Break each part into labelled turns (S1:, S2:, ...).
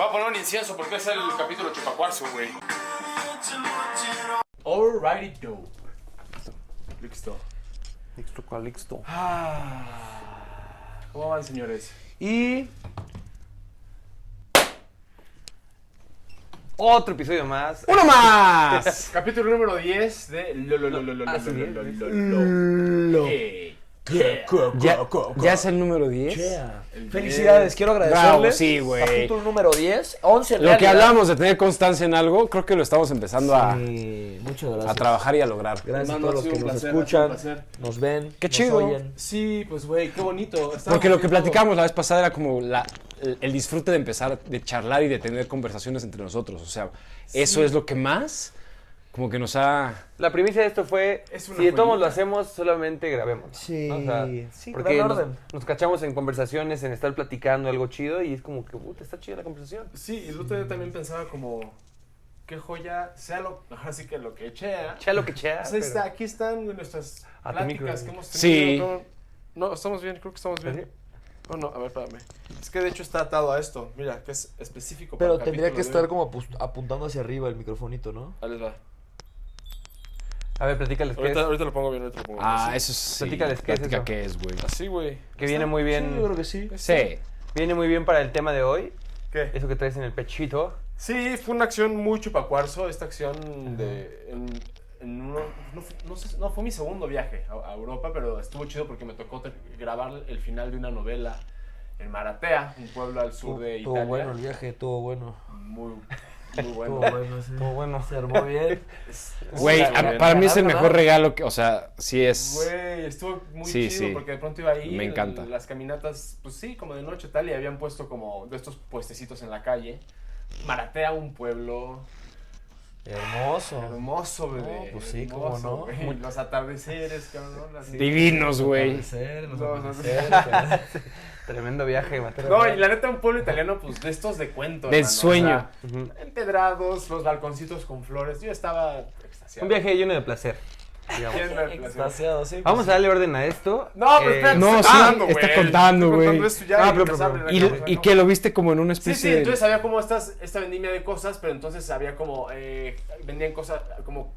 S1: Va a poner un incienso porque es el capítulo chupacuarzo, güey.
S2: Alrighty dope. Listo.
S3: Listo, calixto.
S2: Ah, ¿Cómo van, señores?
S3: Y. Otro episodio más. ¡Uno más!
S2: Capítulo número 10 de lo lo lo lo lo
S3: Ah,
S2: lo
S3: sí,
S2: lo lo
S3: ¿eh?
S2: lo lo Eh,
S4: Lo-
S2: Ey,
S4: Yeah.
S3: Ya-
S4: Ya es el número 10.
S2: el
S5: Eh,
S4: Felicidades, quiero agradecerles.
S3: Bravo, sí, güey.
S4: Capítulo número 10, 11 en
S3: Lo que
S4: realidad.
S3: hablábamos de tener constancia en algo, creo que lo estamos empezando a-
S4: Sí, muchas
S3: a,
S4: gracias.
S3: trabajar y a lograr.
S4: Gracias
S2: Mano,
S4: a todos
S2: ha
S4: los
S2: sido
S4: que
S2: un
S4: nos
S2: placer, ha
S4: escuchan,
S2: sido un placer.
S4: nos ven,
S3: Qué
S4: nos
S3: chido.
S4: oyen.
S2: Sí, pues güey, qué bonito. Estábamos
S3: Porque lo que
S2: viendo-
S3: platicamos la vez pasada era como la- el- el disfrute de empezar, de charlar y de tener conversaciones entre nosotros. O sea, eso es lo que más como que nos ha...
S5: La primicia de esto fue,
S2: Es una
S5: si de todos modos
S2: joyita.
S5: lo hacemos, solamente grabemos.
S4: Sí,
S5: ¿no? O sea,
S4: sí,
S5: porque
S4: gran
S5: nos,
S4: orden.
S5: nos cachamos en conversaciones, en estar platicando algo chido y es como que, puta, está chida la conversación.
S2: Sí, y el otro día también pensaba como. Qué joya, sea lo. Ahora sí que lo que chea.
S5: Chea lo que chea.
S2: Pues ahí
S5: Ah, pero- Ah,
S2: está, aquí están nuestras
S5: A tu
S2: pláticas
S5: micro.
S2: que hemos
S3: Sí.
S2: tenido. Sí. No, estamos bien, creo que estamos bien. Oh, no, a ver, espérame. Es que de hecho está atado a esto. Mira, que es específico. para
S4: Pero
S2: el
S4: tendría que
S2: capítulo de
S4: estar
S2: hoy.
S4: como apus- apuntando hacia arriba el microfonito, ¿no?
S2: Ahí les va.
S5: A ver, platícales qué es.
S2: Ahorita, ahorita lo pongo bien, ahorita lo pongo bien.
S3: Ah,
S2: Así.
S3: eso sí.
S5: Platícales, ¿qué es
S3: Platica
S5: eso?
S3: qué es, güey.
S2: Así, güey.
S5: Que viene muy bien,
S4: que sí.
S3: Sí.
S5: viene muy bien para el tema de hoy.
S2: ¿Qué?
S5: Eso que traes en el pechito.
S2: Sí, fue una acción muy chupacuarzo. Esta acción de. En, en uno, no, fu- no sé- no, fue mi segundo viaje a, a Europa, pero estuvo chido porque me tocó ter- grabar el final de una novela en Maratea, un pueblo al sur de
S4: Todo
S2: Italia.
S4: bueno el viaje, todo bueno.
S2: Muy, muy bueno.
S4: Todo bueno, sí. Todo bueno. Se armó bien.
S3: Güey,
S2: Está
S3: a-
S2: bien.
S3: para mí es el
S4: Ganar,
S3: mejor
S4: ganar.
S3: regalo que, o sea, sí es...
S2: Güey, estuvo muy
S3: Sí,
S2: chido
S3: sí.
S2: porque de pronto iba ahí.
S3: Me
S2: el-
S3: encanta.
S2: Las caminatas, pues sí, como de noche tal, y habían puesto como de estos puestecitos en la calle. Maratea un pueblo
S4: Hermoso.
S2: hermoso, bebé.
S4: No, Ah. pues sí, cómo
S2: hermoso,
S4: no.
S2: güey. Los atardeceres, cabrón. así.
S3: Divinos, güey.
S4: Atardecer, los
S2: No, no, no.
S4: atardeceres, cabrón.
S5: Tremendo viaje, Mateo.
S2: No, y la neta, un pueblo italiano, pues de estos de cuento.
S3: Del
S2: hermano,
S3: sueño.
S2: o sea, empedrados, los balconcitos con flores. Yo estaba extasiado.
S5: Un viaje lleno de placer. digamos.
S2: Lleno de placer.
S4: Extasiado, sí.
S5: Vamos a darle orden a esto.
S2: No, pero
S5: Eh,
S2: espérate,
S3: No,
S2: está
S3: sí,
S2: contando,
S3: está
S2: güey.
S3: contando,
S2: Está
S3: güey.
S2: contando esto ya
S3: Ah,
S2: y
S3: pero-
S2: nos
S3: pero-
S2: abre la
S3: y,
S2: cabeza,
S3: y
S2: ¿no?
S3: que lo viste como en una
S2: Sí,
S3: especie
S2: sí,
S3: de-
S2: entonces había como estas, esta vendimia de cosas, pero entonces había como, eh, vendían cosas, como,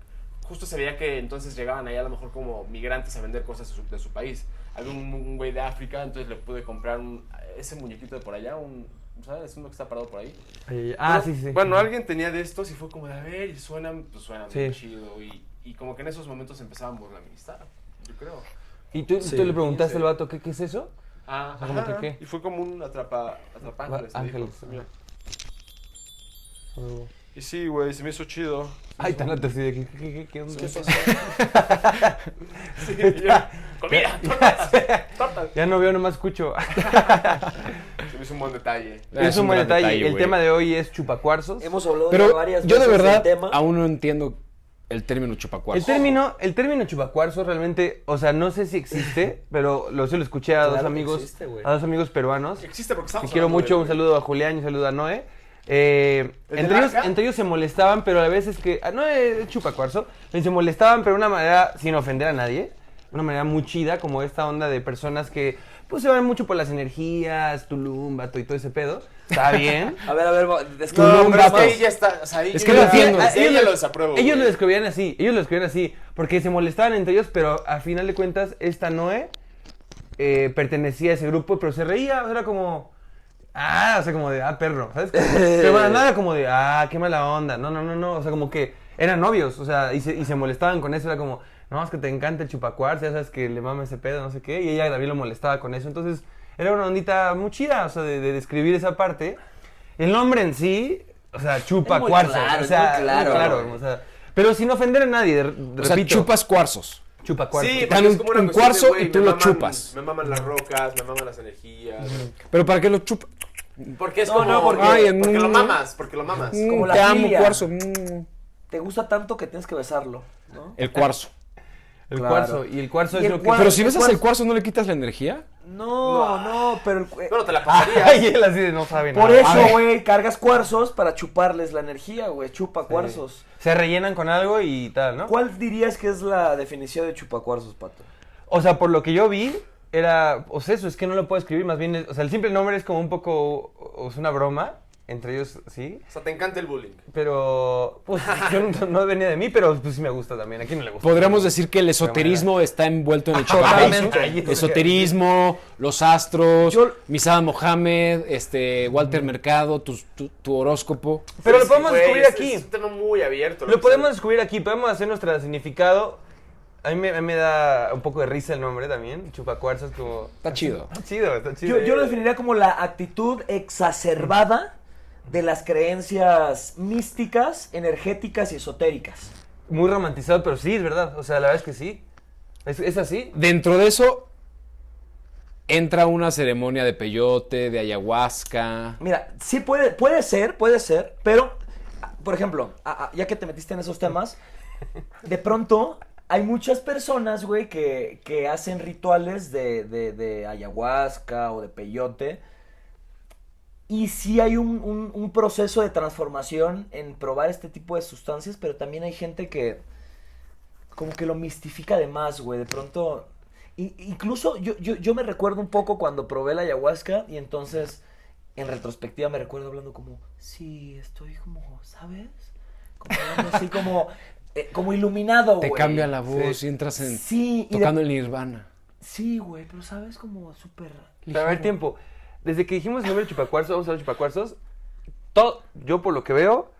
S2: justo se veía que entonces llegaban ahí a lo mejor como migrantes a vender cosas de su, de su país. Había un, un güey de África, entonces le pude comprar un, ese muñequito de por allá, un, ¿sabes? Uno que está parado por ahí.
S5: eh, ah, sí,
S2: Pero,
S5: sí.
S2: Bueno, alguien tenía de estos y fue como de, a ver, y suenan, pues suenan
S5: Sí.
S2: bien chido. Y, y como que en esos momentos empezábamos la amistad, yo creo.
S5: ¿Y tú,
S4: Sí.
S5: tú le preguntaste
S2: Sí.
S5: al vato qué, qué es eso?
S2: Ah,
S5: ¿como que qué?
S2: Y fue como un atrapa, atrapa ángeles.
S5: Va-
S2: me dijo.
S5: ángeles,
S2: Mira. Y sí, güey, se me hizo chido.
S5: Ay, tan lata así de qué, qué, qué, qué onda.
S2: Sí, ya. Comida, tortas, tortas.
S5: Ya no veo, nomás escucho.
S2: Se me hizo un buen detalle.
S3: Ah,
S5: es un buen
S3: gran
S5: detalle. El
S3: güey.
S5: tema de hoy es chupacuarzos.
S4: Hemos hablado de
S3: Pero
S4: varias
S3: yo de
S4: veces del
S3: verdad
S4: tema.
S3: aún no entiendo el término chupacuarzo.
S5: El término, el término chupacuarzo realmente, o sea, no sé si existe, pero lo, yo lo escuché a
S4: Claro
S5: dos
S4: que
S5: amigos,
S4: existe, güey.
S5: a dos amigos peruanos. Que
S2: Existe porque estamos.
S5: quiero
S2: hablando
S5: mucho,
S2: de-
S5: un saludo a Julián y un saludo a Noé. Eh,
S2: ¿El
S5: entre,
S2: del
S5: ellos,
S2: arca?
S5: entre ellos se molestaban, pero a veces que. ah, No es chupacuarzo. Se molestaban, pero de una manera sin ofender a nadie. Una manera muy chida, como esta onda de personas que pues se van mucho por las energías, Tulum, vato y todo ese pedo. Está bien.
S4: A ver, a ver, va- es que-
S2: No,
S3: un
S2: pero es que
S3: vato.
S2: ahí ya está. O sea, ahí
S3: Es
S2: ya
S3: que lo
S2: está-
S3: entiendo.
S2: ahí
S5: Ellos
S2: ya
S5: lo-
S2: lo desapruebo.
S5: Ellos lo
S2: güey.
S5: describían así, ellos lo describían así, porque se molestaban entre ellos, pero a final de cuentas, esta Noé eh, pertenecía a ese grupo, pero se reía, o sea, era como. Ah, o sea, como de, ah, perro, ¿sabes? Como- Pero bueno, nada como de, ah, qué mala onda. No, no, no, no. O sea, como que eran novios, o sea, y se, y se molestaban con eso. Era como, no, es que te encanta el chupacuar, ya sabes que le mama ese pedo, no sé qué. Y ella también lo molestaba con eso. Entonces, era una ondita muy chida, o sea, de, de describir esa parte. El nombre en sí, o sea, chupa
S4: Es muy
S5: cuarzo,
S4: claro,
S5: o sea,
S4: es muy claro.
S5: o sea, pero sin ofender a nadie, re-
S3: O sea,
S5: repito.
S3: chupas cuarzos.
S5: chupa cuarzo.
S2: Sí,
S3: Dan
S2: porque es
S3: un-
S2: como una
S3: un
S2: cuestión de,
S3: cuarzo
S2: güey,
S3: y tú
S2: me
S3: lo
S2: maman-
S3: chupas.
S2: Me maman las rocas, me maman las energías.
S3: Pero ¿para qué lo chupas?
S2: Porque es
S4: No,
S2: como.
S4: no, porque-
S3: Ay, en
S2: porque lo
S3: un-
S2: mamas, porque lo mamas.
S4: como la
S3: te amo,
S4: filia.
S3: cuarzo. mm.
S4: te gusta tanto que tienes que besarlo, ¿no?
S3: El cuarzo.
S5: el
S4: claro.
S5: cuarzo y el cuarzo
S4: Y
S5: es
S4: el
S5: lo que
S4: cuarzo-
S3: Pero si besas
S4: cuarzo-
S3: el cuarzo, ¿no le quitas la energía?
S4: No, no, pero el, eh,
S2: Pero te la pasaría.
S5: Ay, él así de no sabe
S4: por
S5: nada.
S4: eso, güey, cargas cuarzos para chuparles la energía, güey, chupa cuarzos.
S5: Se rellenan con algo y tal, ¿no?
S4: ¿Cuál dirías que es la definición de chupacuarzos, Pato?
S5: O sea, por lo que yo vi, era. O sea, eso es que no lo puedo escribir, más bien. es- o sea, el simple nombre es como un poco. O es una broma. entre ellos sí.
S2: O sea, te encanta el bullying.
S5: Pero, pues, yo no, no venía de mí, pero pues sí me gusta también. ¿A quién no le gusta?
S3: Podríamos decir que el esoterismo está envuelto en el chupapalabra.
S5: Totalmente.
S3: Esoterismo, los astros,
S4: Yo-
S3: Misada Mohamed, este, Walter Mercado, tu, tu- tu horóscopo.
S5: Pero lo
S2: Sí,
S5: podemos
S2: güey,
S5: descubrir
S2: es-
S5: aquí.
S2: Es un tema muy abierto.
S5: Lo
S2: que
S5: podemos
S2: sea.
S5: descubrir aquí, podemos hacer nuestro significado. A mí me, a mí me da un poco de risa el nombre también. Chupacuarzas como...
S3: Está chido.
S5: Está chido, está chido.
S4: Yo, yo lo definiría como la actitud exacerbada de las creencias místicas, energéticas y esotéricas.
S5: Muy romantizado, pero sí, es verdad. O sea, la verdad es que sí. Es, es así.
S3: Dentro de eso entra una ceremonia de peyote, de ayahuasca.
S4: Mira, sí puede, puede ser, puede ser, pero, ah, por ejemplo, ah, ah, ya que te metiste en esos temas, de pronto hay muchas personas, güey, que, que hacen rituales de, de- de ayahuasca o de peyote. Y sí hay un, un- un proceso de transformación en probar este tipo de sustancias, pero también hay gente que como que lo mistifica de más, güey. De pronto, i- incluso yo, yo, yo me recuerdo un poco cuando probé la ayahuasca y entonces en retrospectiva me recuerdo hablando como, sí, estoy como, ¿sabes? Como hablando así como, eh, como iluminado,
S3: Te
S4: güey.
S3: cambia la voz
S5: Sí.
S3: y entras en,
S4: Sí, y de-
S3: tocando el nirvana.
S4: sí, güey, pero sabes como súper...
S5: Pero a ver, tiempo. Desde que dijimos el nombre de Chupacuarzos, vamos a ver Chupacuarzos. Todo, yo por lo que veo,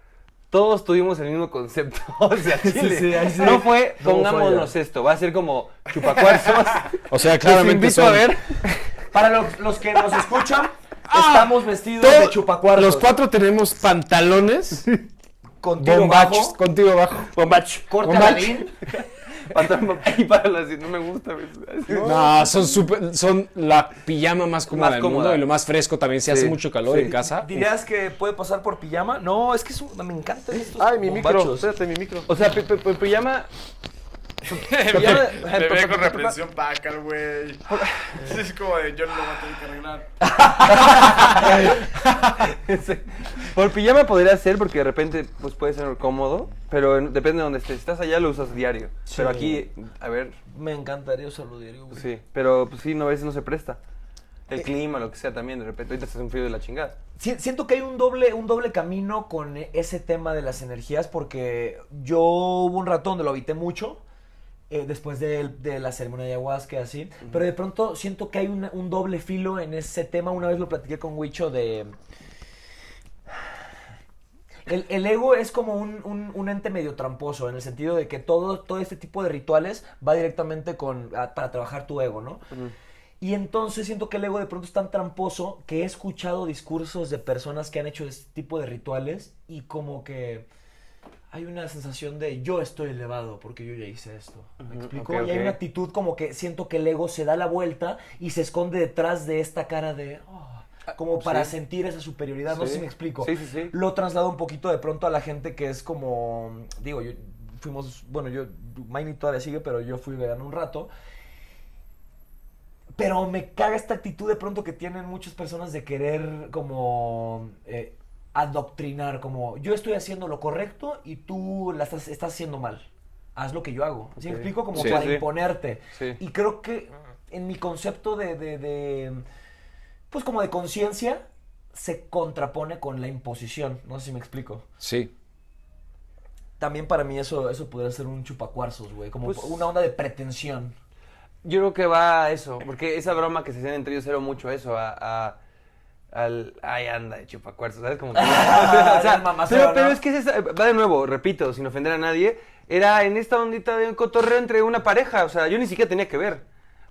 S5: todos tuvimos el mismo concepto. O sea, Chile.
S4: sí, ahí sí.
S5: No fue,
S4: No
S5: pongámonos
S4: falla.
S5: esto. Va a ser como Chupacuarzos.
S3: O sea,
S5: claramente
S3: claramente
S5: son-
S4: Para los, los que nos escuchan, estamos vestidos de chupacuartos.
S3: Ah, Los cuatro tenemos pantalones,
S4: Contigo
S3: bombachos,
S4: bajo,
S3: contigo abajo.
S5: Bombacho.
S4: corte
S3: bombach.
S4: Aladín.
S5: Pantalón y para los no me gusta. güey.
S3: No, son super, son la pijama más cómoda
S5: Más
S3: del
S5: cómoda.
S3: mundo y lo más fresco también. Si hace
S5: Sí.
S3: mucho calor en casa.
S4: ¿Dirías que puede pasar por pijama? No, es que es un- me encantan estos
S5: Ay, mi micro.
S4: bombachos.
S5: Espérate, mi micro. O sea, pe- pe- pe- pijama.
S1: Te ve con reprensión vaca, el güey. Es como de yo no lo voy a tener que arreglar.
S5: Sí. Por pijama podría ser porque de repente pues puede ser cómodo, pero en- depende de donde estés. Si estás allá lo usas diario,
S4: Sí.
S5: pero aquí a ver,
S4: Me encantaría usarlo diario, güey.
S5: sí, pero pues sí, no a veces no se presta. El
S4: Eh.
S5: clima, lo que sea también, de repente ahorita hace un frío de la chingada.
S4: Si- Siento que hay un doble, un doble camino con ese tema de las energías porque yo hubo un rato donde lo habité mucho eh, después de, de la ceremonia de ayahuasca y así, pero de pronto siento que hay una- un doble filo en ese tema. Una vez lo platiqué con Huicho de... El, el ego es como un, un- un ente medio tramposo, en el sentido de que todo, todo este tipo de rituales va directamente con, a- para trabajar tu ego, ¿no? Y entonces siento que el ego de pronto es tan tramposo que he escuchado discursos de personas que han hecho este tipo de rituales y como que hay una sensación de yo estoy elevado porque yo ya hice esto. ¿Me explico?
S5: ok,
S4: y hay
S5: ok.
S4: una actitud como que siento que el ego se da la vuelta y se esconde detrás de esta cara de... "Oh", como para
S5: Ah, sí.
S4: sentir esa superioridad, no sé si
S5: Sí.
S4: me explico
S5: Sí, sí, sí.
S4: lo traslado un poquito de pronto a la gente que es como, digo, yo fuimos, bueno, yo, Miney todavía sigue, pero yo fui vegano un rato. Pero me caga esta actitud de pronto que tienen muchas personas de querer como eh, adoctrinar, como yo estoy haciendo lo correcto y tú la estás, estás haciendo mal. Haz lo que yo hago. ¿Sí me
S5: Ok.
S4: explico? Como
S5: Sí,
S4: para
S5: sí.
S4: imponerte.
S5: Sí.
S4: Y creo que en mi concepto de, de- de, pues como de conciencia, se contrapone con la imposición. No sé si me explico.
S3: Sí.
S4: También para mí eso, eso podría ser un chupacuarzos, güey. Como
S5: Pues-
S4: una onda de pretensión.
S5: Yo creo que va a eso, porque esa broma que se hacen entre ellos era mucho eso, a, a- al, ay, anda, de chupacuarzos, ¿sabes? Como que-
S4: Ah,
S5: O sea,
S4: el mamaceo,
S5: pero,
S4: ¿no?
S5: pero es que es esa- va de nuevo, repito, sin ofender a nadie, era en esta ondita de un cotorreo entre una pareja, o sea, yo ni siquiera tenía que ver.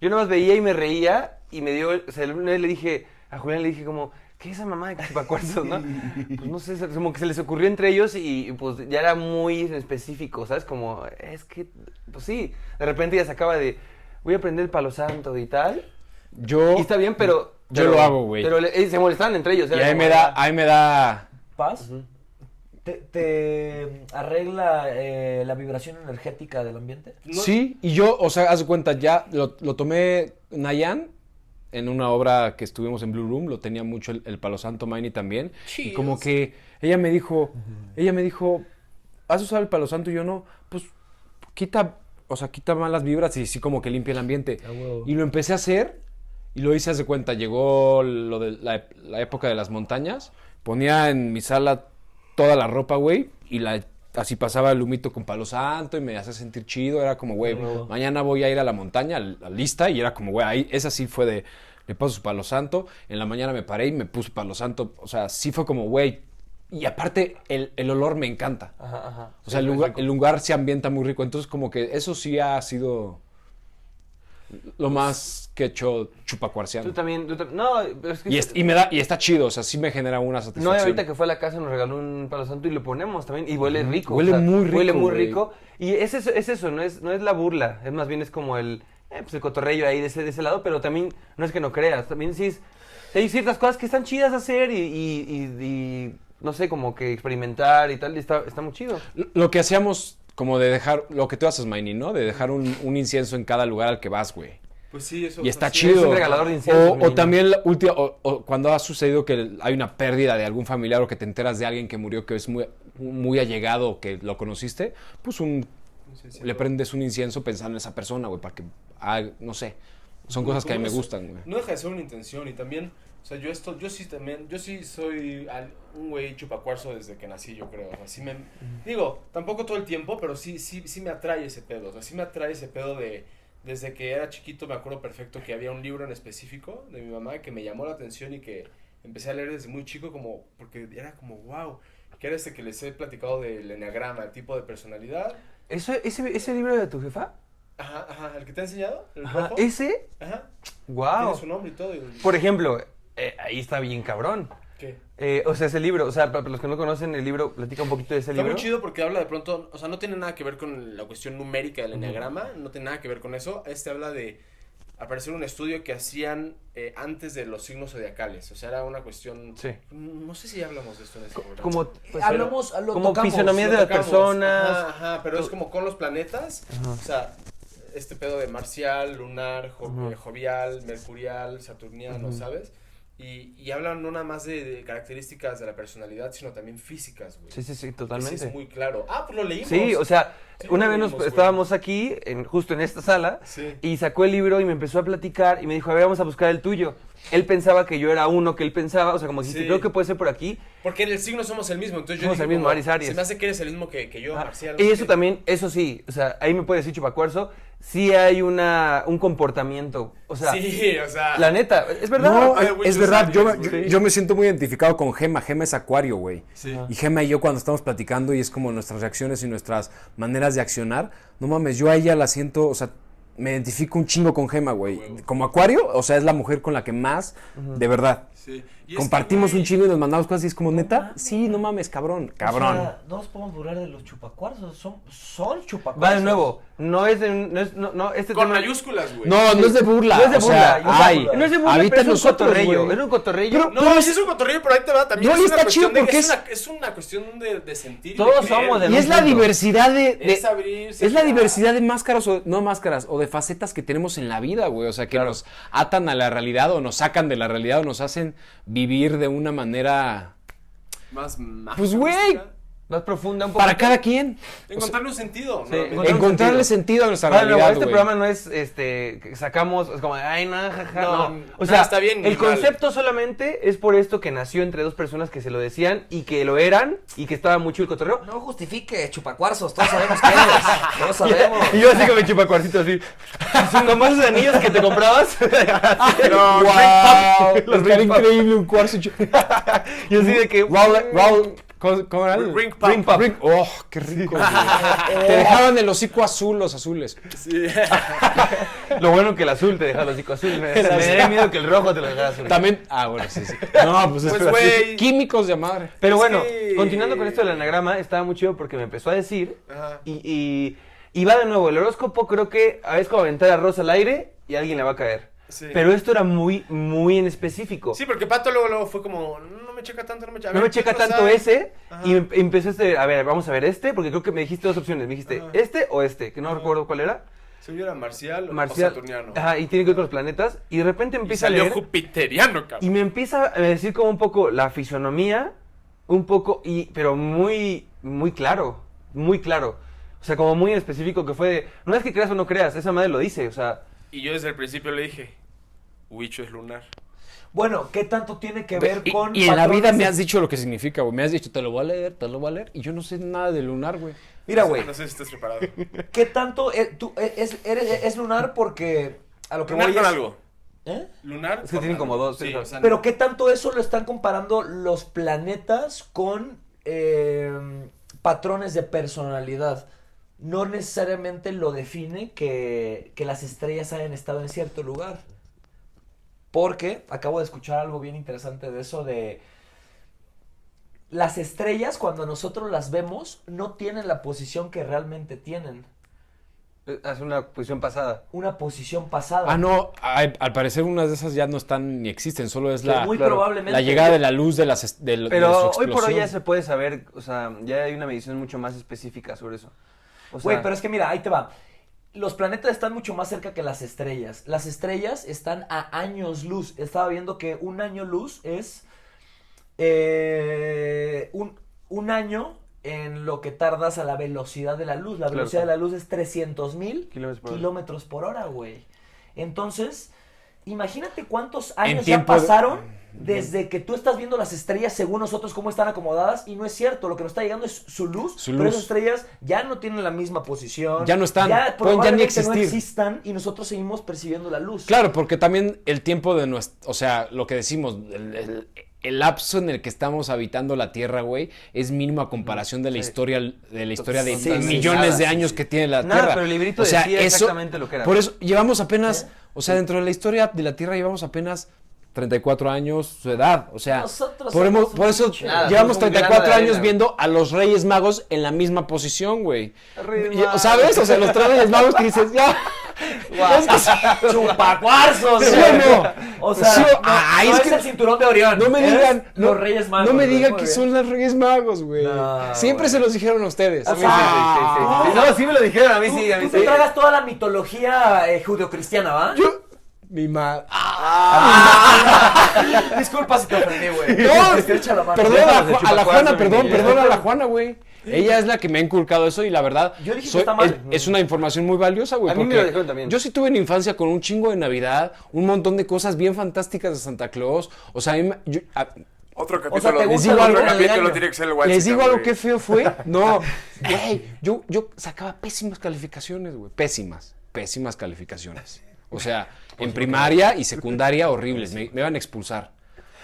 S5: Yo nada más veía y me reía y me dio, o sea, una vez le dije, a Julián le dije como, ¿qué es esa mamá de chupacuarzos, no? Pues no sé, como que se les ocurrió entre ellos y pues ya era muy específico, ¿sabes? Como, es que, pues sí, de repente ya se acaba de, voy a aprender el palo santo y tal.
S3: Yo.
S5: Y está bien, pero...
S3: Yo
S5: pero-
S3: lo hago, güey.
S5: Pero le- eh, se molestaban entre ellos.
S3: Y
S5: era
S3: ahí
S5: como,
S3: me da,
S5: ah,
S3: ahí me da.
S4: Paz, te, te arregla eh, la vibración energética del ambiente.
S3: Sí, y yo, o sea, haz de cuenta, ya lo, lo tomé Nayan en una obra que estuvimos en Blue Room, lo tenía mucho el, el Palo Santo Miney también. Y como que ella me dijo, ella me dijo, ¿has usado el Palo Santo? Y yo no, pues quita, o sea, quita malas vibras y sí como que limpia el ambiente.
S4: huevo.
S3: Y lo empecé a hacer Y lo hice, haz de cuenta, llegó lo de la, ep- la época de las montañas. Ponía en mi sala toda la ropa, güey, y la así pasaba el humito con palo santo y me hacía sentir chido. Era como, güey, mañana voy a ir a la montaña, al- a la lista, y era como, güey, ahí, esa sí fue de, le paso su palo santo. En la mañana me paré y me puse palo santo. O sea, sí fue como, güey. Y aparte, el, el olor me encanta.
S5: Ajá, ajá.
S3: O sea, el lugar, el lugar se ambienta muy rico. Entonces, como que eso sí ha sido lo más que he hecho
S5: Tú
S3: chupacuarciano.
S5: también, tú tam- No, es que...
S3: Y, es- y me da, y está chido, o sea, sí me genera una
S5: No,
S3: satisfacción.
S5: y ahorita que fue a la casa nos regaló un palo santo y lo ponemos también. Y huele rico.
S3: Huele muy rico,
S5: Huele muy
S3: güey.
S5: rico. Y es eso, es eso no, es, no es la burla. Es más bien es como el, eh, pues el cotorrello ahí de ese, de ese lado. Pero también no es que no creas. También sí es, hay ciertas cosas que están chidas a hacer y, y- y- y, no sé, como que experimentar y tal. Y está, está muy chido.
S3: Lo- Lo que hacíamos, como de dejar, lo que tú haces, Maini, ¿no? De dejar un, un incienso en cada lugar al que vas, güey.
S2: Pues sí, eso.
S3: Y está
S2: así
S3: chido.
S5: es un regalador de inciensos,
S3: O- o,
S5: Maini.
S3: también la última, o- o cuando ha sucedido que hay una pérdida de algún familiar o que te enteras de alguien que murió que es muy, muy allegado o que lo conociste, pues un le prendes un incienso pensando en esa persona, güey, para que, ah, no sé, son cosas que a mí me
S2: es-
S3: gustan, güey.
S2: No deja de ser una intención y también, o sea, yo esto, yo sí también, yo sí soy al- un güey chupacuarzo desde que nací, yo creo. O sea, sí me, digo, tampoco todo el tiempo, pero sí, sí, sí me atrae ese pedo. O sea, sí me atrae ese pedo de, desde que era chiquito me acuerdo perfecto que había un libro en específico de mi mamá que me llamó la atención y que empecé a leer desde muy chico como, porque era como, wow, que era este que les he platicado del enneagrama, el tipo de personalidad.
S5: ¿Eso, ese, ¿Ese libro de tu jefa?
S2: Ajá, ajá, el que te he enseñado, el
S5: Ajá,
S2: rojo.
S5: ¿Ese?
S2: Ajá,
S5: ¡Wow!
S2: tiene su nombre y todo. y-
S5: Por ejemplo, eh, ahí está bien cabrón.
S2: ¿Qué?
S5: Eh, o sea, ese libro, o sea, para para los que no conocen el libro, platica un poquito de ese
S2: Está
S5: libro.
S2: muy chido porque habla de pronto, o sea, no tiene nada que ver con la cuestión numérica del enneagrama, no tiene nada que ver con eso. Este habla de aparecer un estudio que hacían eh, antes de los signos zodiacales, o sea, era una cuestión.
S5: Sí.
S2: No sé si hablamos de esto en este programa.
S5: Como,
S4: Hablamos, lo
S5: Pues como
S4: tocamos,
S5: fisonomía
S2: Lo
S5: de las
S2: tocamos,
S5: personas.
S2: Ajá, ajá, pero es como con los planetas, o sea, este pedo de marcial, lunar, jo- eh, jovial, mercurial, saturniano, ¿sabes? Y, y hablan no nada más de, de características de la personalidad, sino también físicas, güey.
S5: Sí, sí, sí,
S2: Ese
S5: totalmente.
S2: es muy claro. Ah, pues lo leímos.
S5: Sí, o sea,
S2: Sí,
S5: una
S2: lo
S5: vez nos
S2: leímos, güey.
S5: estábamos aquí, en, justo en esta sala,
S2: Sí.
S5: y sacó el libro y me empezó a platicar y me dijo, a ver, vamos a buscar el tuyo. Él pensaba que yo era uno que él pensaba, o sea, como dijiste,
S2: Sí.
S5: creo que puede ser por aquí.
S2: Porque en el signo somos el mismo, entonces yo
S5: Somos
S2: dije
S5: el mismo,
S2: como,
S5: Aries, Aries.
S2: Se me hace que eres el mismo que, que yo,
S5: Ah,
S2: Marcial.
S5: y eso
S2: Sí.
S5: también, eso sí, o sea, ahí me puede decir Chupacuarzo, sí hay una, un comportamiento, o sea,
S2: sí, o sea.
S5: la neta, es verdad.
S3: No,
S2: Ay,
S3: es,
S2: güey,
S3: es
S2: yo
S3: verdad,
S2: sabía
S3: yo,
S2: eso,
S3: yo-
S2: güey.
S3: yo me siento muy identificado con Gema, Gema es acuario, güey.
S2: Sí.
S5: Ah.
S3: Y Gema y yo cuando estamos platicando y es como nuestras reacciones y nuestras maneras de accionar, no mames, yo a ella la siento, o sea, me identifico un chingo con Gema, güey. Como acuario, o sea, es la mujer con la que más, de verdad,
S2: sí. Y es que,
S3: compartimos
S2: güey,
S3: un chingo y nos mandamos cosas y es como, ¿neta? Sí, no mames, cabrón, cabrón.
S4: O sea, no nos podemos burlar de los chupacuarzos. Son, son chupacuarzos.
S5: Va de nuevo, no es, de un- no es, no, no, este
S2: Con
S5: tema-
S2: mayúsculas, güey.
S3: no, no es de burla.
S5: No es de
S3: o sea,
S5: burla, no es de
S3: ay,
S4: burla.
S5: No es de burla,
S3: habita
S5: pero es
S3: en
S5: un
S3: nosotros,
S5: cotorrello,
S3: güey.
S5: es un cotorrello.
S3: Pero-
S2: No, sí es un cotorrillo, pero ahí te va también.
S3: No,
S2: es
S3: y
S2: una
S3: está
S2: cuestión
S3: chido
S2: de-
S3: porque
S2: es,
S3: es-
S2: una, es una cuestión de, de sentir. y de
S5: Todos
S2: creer.
S5: somos de-
S3: Y es la
S5: Punto.
S3: diversidad de, de-
S2: Es abrirse
S3: es la
S2: a-
S3: diversidad de máscaras o no máscaras o de facetas que tenemos en la vida, güey, o sea, que nos atan a la realidad o nos sacan de la realidad o nos hacen vivir de una manera
S2: Más mágica,
S3: Pues, güey,
S2: mística.
S5: más profunda un poco.
S3: para cada quien.
S2: Encontrarle un sentido.
S5: Sí,
S2: nuevamente.
S5: encontrar un
S3: Encontrarle sentido. a nuestra
S5: Vale, luego,
S3: realidad,
S5: este
S3: güey.
S5: programa no es este que sacamos es como ay no, jaja,
S2: No,
S5: no.
S2: no,
S5: O sea,
S2: está bien,
S5: el
S2: ni mal.
S5: concepto solamente es por esto que nació entre dos personas que se lo decían y que lo eran y que estaba mucho el cotorreo.
S6: No justifique chupacuarzos, todos sabemos que eres. Todos sabemos.
S5: Y yo así con mi chupacuarcito así. Como esos anillos que te comprabas.
S2: No,
S3: wow,
S5: Los
S3: estaría
S5: Ring Pop.
S3: increíble un cuarzo. chu-
S5: y así de que
S3: Raúl, Raúl, ¿cómo, cómo era?
S2: Ring Pop.
S5: Ring Pop.
S3: Ring- oh, qué rico. güey. Te dejaban el hocico azul los azules.
S2: Sí.
S5: Lo bueno que el azul te deja el hocico azul. Me, me
S3: Exacto.
S5: daría miedo que el rojo te lo dejara azul.
S3: También, ah, bueno, sí, sí. No, pues, es
S2: Pues,
S3: pero así,
S2: güey.
S3: Químicos de madre.
S5: Pero bueno,
S2: que-
S5: continuando con esto del anagrama, estaba muy chido porque me empezó a decir.
S2: Ajá.
S5: Y, y, y va de nuevo, el horóscopo creo que a veces como aventar arroz al aire y alguien le va a caer.
S2: Sí.
S5: Pero esto era muy, muy en específico.
S2: Sí, porque Pato luego, luego fue como, no me checa tanto, no me checa. a
S5: no
S2: ver,
S5: me
S2: ¿qué
S5: checa
S2: otro
S5: tanto
S2: sabe?
S5: ese
S2: Ajá.
S5: y em- empezó este, a ver, vamos a ver este, porque creo que me dijiste dos opciones, me dijiste
S2: Ajá.
S5: este o este, que no recuerdo cuál era.
S2: Según yo era marcial,
S5: Marcial.
S2: o saturniano.
S5: Ajá, y tiene que ver con los planetas y de repente
S2: Y
S5: empieza a
S2: salió
S5: leer
S2: jupiteriano,
S5: y
S2: cabrón.
S5: me empieza a decir como un poco la fisonomía, un poco y pero muy muy claro, muy claro. O sea, como muy en específico que fue de, no es que creas o no creas, esa madre lo dice, o sea,
S2: Y yo desde el principio le dije,
S1: Huicho es lunar.
S4: Bueno, ¿qué tanto tiene que ver
S3: Y-
S4: con...
S3: y, en la vida
S4: patrones?
S3: me has dicho lo que significa, güey. Me has dicho, te lo voy a leer, te lo voy a leer. Y yo no sé nada de lunar, güey.
S4: Mira, güey,
S1: No sé si estás preparado.
S4: ¿qué tanto eh, tú, eh, es, eres- es lunar porque a lo que
S1: Lunar
S4: voy
S1: con
S4: es-
S1: algo.
S4: ¿Eh?
S1: Lunar.
S5: Es que
S1: con
S5: tienen
S1: algo.
S5: como dos,
S1: Sí,
S5: tres,
S1: o sea,
S4: Pero ¿qué tanto eso lo están comparando los planetas con eh, patrones de personalidad? No necesariamente lo define que, que las estrellas hayan estado en cierto lugar. Porque acabo de escuchar algo bien interesante de eso de... Las estrellas cuando nosotros las vemos no tienen la posición que realmente tienen.
S5: eh, Hace una posición pasada.
S4: Una posición pasada.
S3: Ah, no, ay, al parecer unas de esas ya no están ni existen, solo es
S4: Que
S3: la,
S4: muy
S5: claro,
S4: probablemente...
S3: la llegada de la luz de, las, es- de, lo- de su
S5: Pero hoy
S3: explosión.
S5: por hoy ya se puede saber, o sea, ya hay una medición mucho más específica sobre eso. O sea,
S4: Güey, pero es que mira, ahí te va. Los planetas están mucho más cerca que las estrellas. Las estrellas están a años luz. Estaba viendo que un año luz es eh, un, un año en lo que tardas a la velocidad de la luz. La
S5: Claro.
S4: velocidad de la luz es 300 mil
S5: Kilómetros por hora.
S4: kilómetros por hora, güey. Entonces, imagínate cuántos años ya
S3: tiempo de-
S4: pasaron desde que tú estás viendo las estrellas según nosotros cómo están acomodadas y no es cierto. Lo que nos está llegando es su luz,
S3: Su
S4: pero
S3: luz.
S4: esas estrellas ya no tienen la misma posición.
S3: Ya no están, pueden ya ni
S4: probablemente
S3: existir.
S4: No existan y nosotros seguimos percibiendo la luz.
S3: Claro, porque también el tiempo de nuestro, o sea, lo que decimos, el, el- el lapso en el que estamos habitando la Tierra, güey, es mínimo a comparación de la historia, de la historia de
S5: Sí, sí,
S3: millones
S5: nada, sí,
S3: de años
S5: sí.
S3: que tiene la
S5: Nada,
S3: Tierra.
S5: pero el librito decía exactamente lo que era.
S3: Por eso llevamos apenas, o sea, dentro de la historia de la Tierra llevamos apenas 34 años su edad, o sea,
S4: Nosotros
S3: por,
S4: somos
S3: por eso
S4: mucho. Nada,
S3: llevamos
S5: somos un grano
S3: 34
S5: de
S3: años
S5: arena,
S3: viendo a los Reyes Magos en la misma posición, güey.
S5: Reyes
S3: Y-
S5: Magos.
S3: ¿Sabes? O sea, los tres Reyes Magos que dices, ya. Es que sí.
S4: Chupacuarzos.
S3: ¿Sí
S4: güey.
S3: o no?
S4: O sea,
S3: ¿Sí o-
S4: no,
S3: Ay,
S4: no
S3: es
S4: es,
S3: que-
S4: el cinturón de Orión.
S3: No me
S4: es
S3: digan. No,
S4: los Reyes Magos.
S3: No me
S4: güey.
S3: digan
S4: Muy
S3: que
S4: bien.
S3: son los Reyes Magos, güey.
S4: No,
S3: Siempre
S4: güey. Ah,
S3: se los dijeron a ustedes.
S5: Ah,
S4: O
S5: Sí, sí, sí, sí, sí. No, sí me lo dijeron, a mí
S4: Ah. Tú,
S5: sí, a mí
S4: tú te
S5: sí.
S4: tragas toda la mitología eh, judeocristiana, ¿va?
S3: Yo. Mi madre.
S4: Ah, Disculpa si te ofendí, güey.
S3: No,
S4: Te echa la mano.
S3: perdón a,
S5: de
S3: Ju- a la
S5: chupacuazo,
S3: Juana,
S5: mi
S3: perdón,
S5: niña.
S3: perdón a la Juana, güey. Ella es la que me ha inculcado eso y la verdad
S4: Yo dije que
S3: soy-
S4: está mal.
S3: es, es una información muy valiosa, güey.
S5: A mí me
S3: porque
S5: lo dijeron también.
S3: Yo sí tuve en infancia con un chingo de Navidad, un montón de cosas bien fantásticas de Santa Claus. O sea, a mí me- yo- a-
S1: Otro capítulo.
S4: sea, ¿te
S1: otro
S4: gusta la
S1: capítulo
S4: luna de año?
S1: tiene que ser el
S3: les
S1: Huachica,
S3: digo algo
S1: güey.
S3: que feo fue. No, güey, yo, yo sacaba pésimas calificaciones, güey. Pésimas, pésimas calificaciones. O sea, en primaria y secundaria horribles. Me, me iban a expulsar.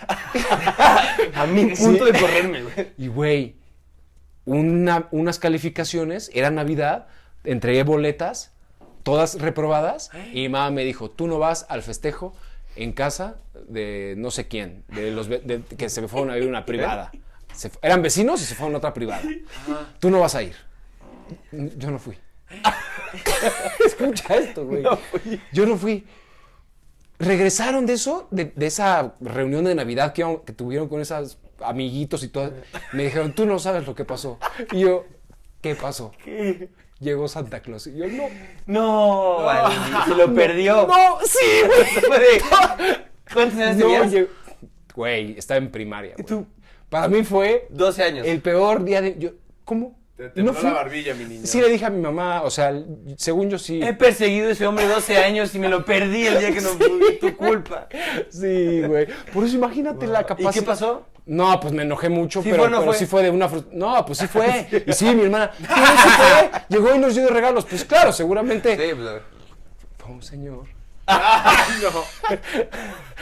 S5: A mí, punto de correrme, güey.
S3: Y, güey, una- unas calificaciones, era Navidad, entregué boletas, todas reprobadas, y mi mamá me dijo, tú no vas al festejo en casa de no sé quién, de los ve- de- que se fueron a vivir una privada. Se fu- eran vecinos y se fueron a otra privada. Tú no vas a ir. N- Yo no fui. Escucha esto, güey. Yo no fui. Regresaron de eso, de, de esa reunión de Navidad que, íbamos- que tuvieron con esos amiguitos y todo. Me dijeron, tú no sabes lo que pasó. Y yo, ¿qué pasó? Llegó Santa Claus. Y yo, no.
S5: No, vale, se lo perdió.
S3: No, sí, güey.
S5: ¿Cuántos años
S3: No,
S5: tenías?
S3: llegó- Güey, estaba en primaria. güey. Para mí fue
S5: 12 años.
S3: el peor día de. Yo, ¿Cómo?
S1: Te, te peló la barbilla, mi niño.
S3: Sí, le dije a mi mamá, o sea, según yo sí.
S5: He perseguido a ese hombre 12 años y me lo perdí el día que no fui. Tu culpa.
S3: Sí, güey. Por eso imagínate la capacidad.
S5: ¿Y qué pasó?
S3: No, pues me enojé mucho,
S5: ¿Sí
S3: pero,
S5: fue o no
S3: pero
S5: fue?
S3: sí fue de una frus- No, pues sí fue. Y sí, mi hermana. "Sí, sí fue. Llegó y nos dio de regalos. Pues claro, seguramente.
S5: pues.
S3: Fue un señor.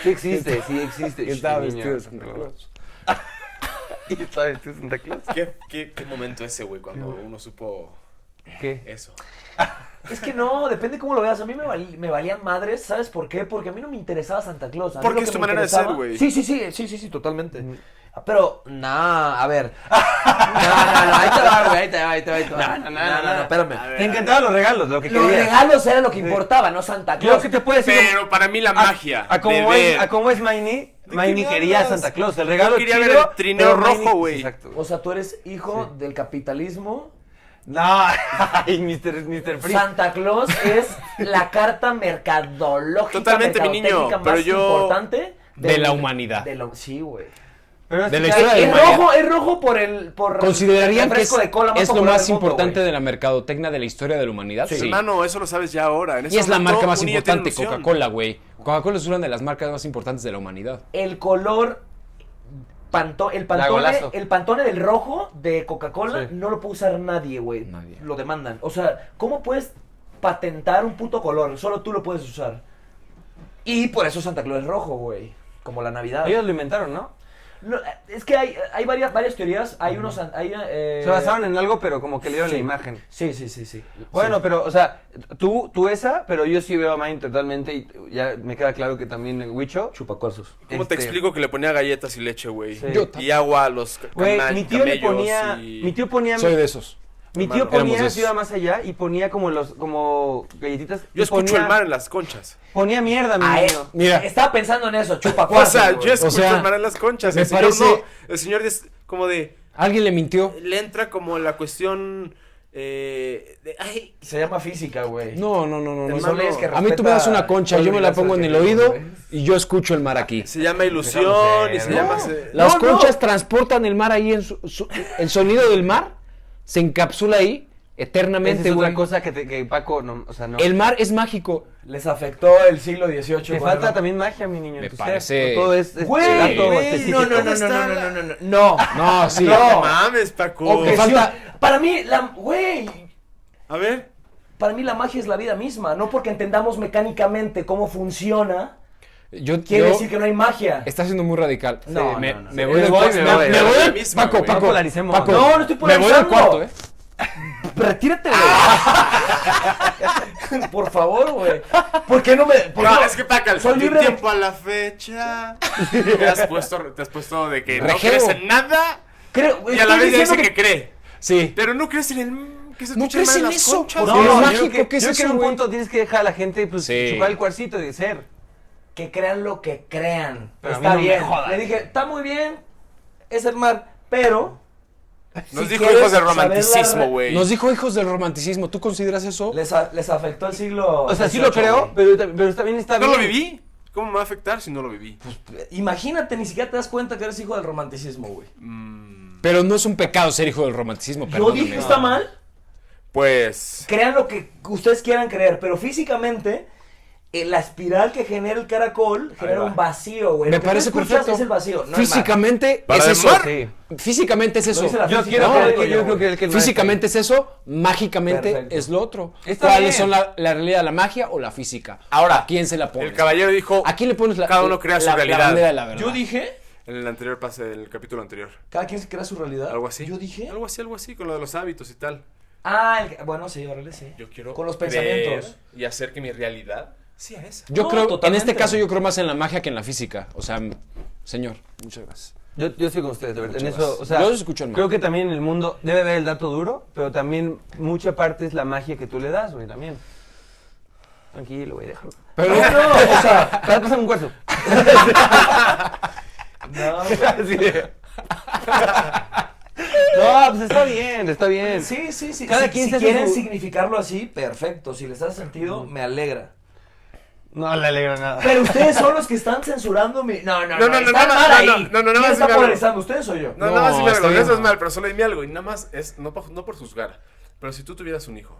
S5: Sí existe, sí existe.
S3: que estaba vestido de Santa Claus.
S5: ¿Y estaba vestido de Santa Claus?
S1: ¿Qué, qué, qué momento ese, güey, cuando uno supo
S5: ¿Qué?
S1: eso?
S4: Es que no, depende cómo lo veas. A mí me, vali- me valían madres, ¿sabes por qué? Porque a mí no me interesaba Santa Claus. A mí
S1: Porque
S4: lo
S1: es
S4: que
S1: tu
S4: me
S1: manera de ser,
S4: interesaba-
S1: güey.
S4: Sí, sí, sí, sí, sí, sí, totalmente. Ah, Pero, nah, a ver. No,
S5: Ah,
S4: no, no, ahí te va, güey, ahí te va, ahí te va, ahí te va. No, no, no, espérame.
S5: Te encantaban los regalos, lo que
S4: Los
S5: querías.
S4: regalos era lo que importaba, no Santa
S5: Yo
S4: Claus.
S5: que te puedo decir.
S1: Pero para mí la
S5: a-
S1: magia.
S5: A, cómo
S1: de
S5: es,
S1: ver-
S5: a cómo es Maini, Maini
S1: qué
S5: quería
S1: hablas?
S5: Santa Claus. El regalo
S1: Yo quería ver
S5: chido,
S1: el trineo
S5: pero
S1: rojo,
S5: Maini-
S1: güey.
S5: Exacto.
S4: O sea, tú eres hijo del capitalismo.
S5: No, ay, Mr. Mr. Free.
S4: Santa Claus es la carta mercadológica.
S1: Totalmente, mi niño,
S4: mercadotécnica
S1: pero
S4: más
S1: yo-
S4: importante
S3: De la humanidad.
S4: de la- sí, güey. Eh,
S5: Pero es
S3: De
S5: que-
S3: la historia de
S4: Es
S3: la humanidad.
S4: rojo, es rojo por el. Por
S3: ¿Considerarían
S4: el
S3: que es,
S4: refresco de cola
S3: es lo
S4: popular
S3: más
S4: del mundo,
S3: importante
S4: güey.
S3: de la mercadotecnia de la historia de la humanidad?
S2: Hermano, eso lo sabes ya ahora. En
S3: Y
S2: ese
S3: es la
S2: momento,
S3: marca más
S2: un niño tiene
S3: importante,
S2: ilusión.
S3: Coca-Cola, güey. Coca-Cola es una de las marcas más importantes de la humanidad.
S4: El color. panto- el, pantone,
S5: golazo.
S4: el pantone del rojo de Coca-Cola
S5: Sí.
S4: no lo puede usar nadie, güey.
S3: Nadie.
S4: Lo demandan. O sea, ¿cómo puedes patentar un puto color? Solo tú lo puedes usar. Y por eso Santa Claus es rojo, güey. Como la Navidad.
S5: Ellos lo inventaron, ¿no?
S4: No, es que hay, hay varias, varias teorías. Hay unos. an- Hay, eh,
S5: Se basaron en algo, pero como que le dieron
S4: sí.
S5: la imagen.
S4: Sí, sí, sí, sí.
S5: Bueno, pero, o sea, tú, tú esa, pero yo sí veo a Mine totalmente y ya me queda claro que también el Huicho.
S4: Chupacuarzos.
S2: ¿Cómo te
S5: este,
S2: explico que le ponía galletas y leche, güey?
S5: Sí.
S3: Yo
S2: Y agua a los ca-
S5: Güey,
S2: cama-
S5: mi tío le
S2: camellos
S5: ponía,
S2: y-
S5: mi tío ponía,
S3: Soy de esos.
S5: mi tío
S2: Hermano.
S3: Éramos
S5: ponía,
S3: esos.
S5: se iba más allá y ponía como los, como galletitas. y
S2: Yo escucho
S5: ponía-
S2: el mar en las conchas.
S5: Ponía mierda, mi
S4: Ah, eh,
S5: niño.
S3: Mira.
S4: Estaba pensando en eso,
S2: O
S4: chupacuarzos.
S2: sea,
S4: güey.
S2: yo escucho
S3: sea,
S2: el mar en las conchas.
S3: me
S2: El señor
S3: parece-
S2: no. El señor es como de...
S3: Alguien le mintió.
S2: Le entra como la cuestión... eh, de, ay,
S4: Se llama física, güey.
S3: No, no, no, no. no.
S2: Hermano,
S4: leyes que
S3: A mí tú me
S4: respeta
S3: das una concha,
S4: todo
S3: yo me la
S4: universo
S3: pongo en
S4: que
S3: el
S4: tenemos,
S3: oído
S4: güey.
S3: y yo escucho el mar aquí.
S2: se llama ilusión y se
S5: No.
S2: llama...
S5: No.
S2: se-
S3: Las
S5: No,
S3: conchas
S5: no.
S3: transportan el mar ahí en su, su- el sonido del mar se encapsula ahí
S5: Esa
S3: eternamente,
S5: es otra
S3: güey.
S5: cosa que, te- que Paco, no, o sea, no.
S3: El mar es mágico.
S4: Les afectó el siglo XVIII.
S5: Te
S4: cuando-
S5: falta también este magia, mi niño. en
S3: Me
S5: tu
S3: parece-
S5: ser. Todo es, es
S4: Güey,
S5: dato
S4: güey,
S5: específico.
S4: no, no, no, no,
S2: está
S4: no,
S2: la-
S4: no, no, no, no.
S3: No, sí.
S2: No
S4: No.
S2: mames,
S5: Oh,
S2: Paco.
S3: Ok.
S4: Objeción.
S3: falta-
S4: Para mí, la, güey,
S2: A ver.
S4: para mí la magia es la vida misma. No porque entendamos mecánicamente cómo funciona,
S3: Yo,
S4: quiere
S3: yo-
S4: decir que no hay magia.
S3: Está siendo muy radical.
S4: No,
S3: me,
S4: no, no.
S3: me voy
S5: Me
S3: del
S5: voy,
S3: cuarto.
S5: me
S3: Me,
S5: voy.
S3: me voy
S2: La
S3: del-
S2: misma,
S3: Paco,
S2: güey.
S3: Paco.
S5: No polaricemos.
S3: Paco,
S4: No, no estoy
S3: Me voy del
S4: polarizando.
S3: cuarto, eh.
S4: Retírate, güey. Por favor, güey. ¿Por qué no me.? por
S2: No,
S4: qué-
S2: Ah, es que Paco, el
S4: soy libre de-
S2: tiempo a la fecha. Te has puesto, te has puesto de que no
S3: Rejeo.
S2: crees en nada
S4: Creo,
S2: y a la vez ya
S4: diciendo
S2: dice que... cree.
S3: Sí.
S2: Pero no crees en el. Que se
S3: No
S2: escucha el mar
S3: crees
S2: de
S3: en
S2: las
S3: eso,
S2: conchas.
S3: por
S5: No, yo
S3: No, es
S5: creo
S3: mágico,
S5: que-
S3: ¿qué es
S5: yo creo
S3: eso,
S5: que en un
S3: güey?
S5: punto tienes que dejar a la gente pues,
S3: Sí.
S5: chupar el cuarcito y ser.
S4: que crean lo que crean.
S5: Pero a mí
S4: está
S5: no me
S4: bien.
S5: jodas.
S4: Le dije, está muy bien, es el mar, pero.
S2: Nos
S4: si
S2: dijo
S4: quieres
S2: hijos del
S4: saber la
S2: romanticismo,
S4: re-
S2: güey.
S3: Nos dijo hijos del romanticismo. ¿Tú consideras eso?
S4: Les, a- les afectó el siglo.
S5: O sea, sí lo
S4: 18,
S5: creo,
S4: güey.
S5: pero, ta- pero también está
S2: ¿No
S5: bien.
S2: lo viví? Pues, ¿Cómo me va a afectar si no lo viví?
S4: Imagínate, ni siquiera te das cuenta que eres hijo del romanticismo, güey.
S2: Mm,
S3: Pero no es un pecado ser hijo del romanticismo.
S4: Yo
S3: perdóname.
S4: dije, está mal,
S2: Pues.
S4: crean lo que ustedes quieran creer, pero físicamente. eh, La espiral que genera el caracol genera un vacío, güey.
S3: Me
S4: Lo que tú
S3: parece
S4: escuchas
S3: perfecto.
S4: Es el vacío, no el mar.
S3: Físicamente
S2: Para
S3: es
S2: el
S3: eso.
S2: mar.
S5: Sí.
S3: Físicamente es
S4: Lo
S3: eso.
S4: dice la
S5: Yo
S4: física,
S5: quiero
S4: ¿no?
S5: creer
S4: Yo
S5: que yo creo
S4: güey.
S5: que el que no
S3: Físicamente es eso, mágicamente
S4: Perfecto.
S3: es lo otro.
S5: Está
S3: ¿Cuáles
S5: bien.
S3: son la, la realidad, la magia o la física?
S2: Ahora,
S3: ¿a quién se la pone?
S2: El caballero dijo.
S3: ¿A quién le pones la
S2: Cada uno crea su
S3: la- la
S2: realidad.
S3: bandera de la verdad?
S4: Yo dije,
S2: En el anterior pase del capítulo anterior.
S4: cada quien se crea su realidad.
S2: Algo así.
S4: Yo dije.
S2: Algo así, algo así, con lo de los hábitos y tal.
S4: Ah, el- bueno, sí, órale, sí.
S2: Yo quiero.
S4: Con los
S2: creer
S4: pensamientos.
S2: Y hacer que mi realidad sea esa.
S3: Yo
S4: No,
S3: creo, en
S4: totalmente.
S3: este caso yo creo más en la magia que en la física. O sea, m- señor, muchas gracias.
S5: Yo, yo estoy con ustedes, de verdad. En
S3: Muchas
S5: eso, o sea,
S3: gracias. Yo los escucho en
S5: creo
S3: mano.
S5: que también en el mundo debe haber el dato duro, pero también mucha parte es la magia que tú le das, güey, también. Tranquilo, güey, déjalo.
S3: Pero
S5: No, o sea, para pasar un cuarzo.
S4: No,
S5: Así de- No, pues está bien, está bien.
S4: sí, sí, sí.
S5: Cada
S4: si,
S5: quien
S4: si
S5: se hace
S4: quieren
S5: su-
S4: significarlo así, perfecto. Si les hace sentido, me alegra.
S5: No le alegro nada.
S4: Pero ustedes son los que están censurando mi. No, no,
S2: No,
S4: no.
S2: no, no,
S4: están
S2: no,
S4: mal
S2: no,
S4: ahí.
S2: no, no, no, no,
S4: ¿Quién
S2: no,
S4: está
S2: no, no.
S4: polarizando? ¿Ustedes o yo?
S2: No,
S3: No,
S2: nada más dime
S3: está
S2: algo,
S3: bien.
S2: eso es mal, pero solo dime algo. Y nada más es, no, pa- no por juzgar, pero si tú tuvieras un hijo,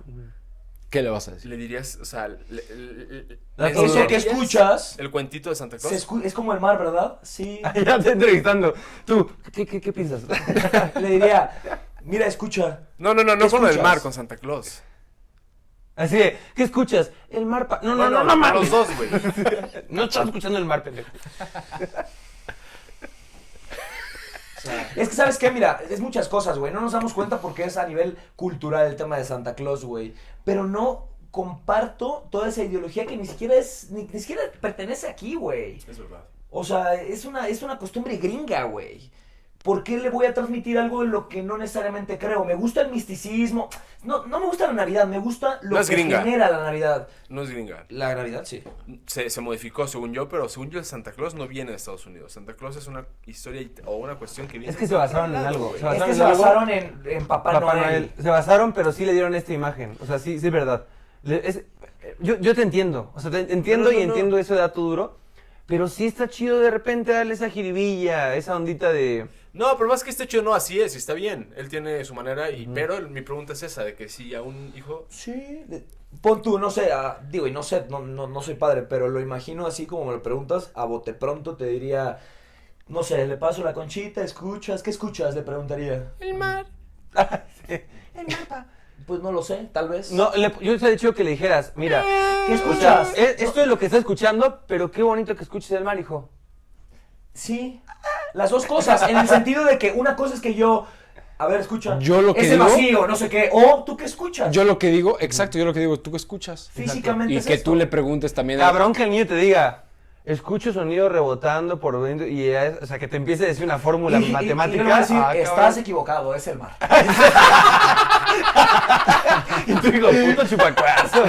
S3: ¿Qué le vas a decir?
S2: le dirías, o sea, le, le- le- le
S4: Eso que
S2: enseñarías
S4: escuchas
S2: El cuentito de Santa Claus.
S4: se escu- es como el mar, ¿verdad? Sí.
S5: Ya estoy entrevistando. Tú, ¿qué, qué, qué piensas?
S4: Le diría, mira, escucha.
S2: No, no, no, no con lo del
S4: escuchas?
S2: mar, con Santa Claus.
S5: Así de, ¿qué escuchas? El mar... pa- No, no, no, no,
S2: a
S5: mames.
S2: los dos, güey.
S5: No estás escuchando el mar, pendejo.
S4: Es que, ¿sabes qué? Mira, es muchas cosas, güey. No nos damos cuenta porque es a nivel cultural el tema de Santa Claus, güey. Pero no comparto toda esa ideología que ni siquiera es, ni, ni siquiera pertenece aquí, güey.
S2: Es verdad.
S4: O sea, es una, es una costumbre gringa, güey. ¿Por qué le voy a transmitir algo en lo que no necesariamente creo? Me gusta el misticismo. No, no me gusta la Navidad, me gusta lo
S2: No es
S4: que
S2: gringa.
S4: genera la Navidad.
S2: No es gringa.
S4: La Navidad, sí.
S2: Se, se modificó, según yo, pero según yo, el Santa Claus no viene de Estados Unidos. Santa Claus es una historia y- o una cuestión que viene
S5: Es que
S2: de
S5: se basaron en
S2: otro lado,
S5: algo.
S2: güey.
S5: Se
S4: Es
S5: basaron
S4: que
S5: en
S4: se
S5: algo.
S4: basaron en, en Papá,
S5: Papá
S4: Noel.
S5: Noel. Se basaron, pero sí le dieron esta imagen. O sea, sí, sí es verdad. Le- es- yo, yo te entiendo. O sea, te entiendo
S2: No, no,
S5: y
S2: no.
S5: entiendo ese dato duro. Pero sí está chido de repente darle esa jiribilla, esa ondita de...
S1: No, pero más que este hecho no, así es, y está bien. Él tiene su manera, y, pero el- mi pregunta es esa, de que si a un hijo...
S4: Sí. de- Pon tú, no sé, a- digo, y no sé, no, no, no soy padre, pero lo imagino así como me lo preguntas, a bote pronto te diría, no sé, le paso la conchita, escuchas, ¿qué escuchas? Le preguntaría. El mar. El mar, pa. Pues no lo sé, tal vez.
S5: No, le- yo les he dicho que le dijeras, mira,
S4: ¿Qué escuchas?
S5: o sea, e- esto es lo que está escuchando, pero qué bonito que escuches el mar, hijo.
S4: Sí, las dos cosas, en el sentido de que una cosa es que yo, a ver, escucha,
S3: Yo lo que
S4: ese
S3: digo-
S4: vacío, no sé qué, o tú qué escuchas.
S3: Yo lo que digo, exacto, yo lo que digo, tú que escuchas.
S4: Físicamente
S3: Y
S4: es
S3: que
S4: esto.
S3: tú le preguntes también a...
S5: Cabrón que el niño te diga, escucho sonido rebotando por dentro y ya es- o sea, que te empiece a decir una fórmula
S4: Y- y- y yo
S5: matemática.
S4: le voy a decir,
S5: Ah,
S4: estás
S5: cabrón".
S4: equivocado, es el mar.
S5: Y tú digo, puto chupacuazo,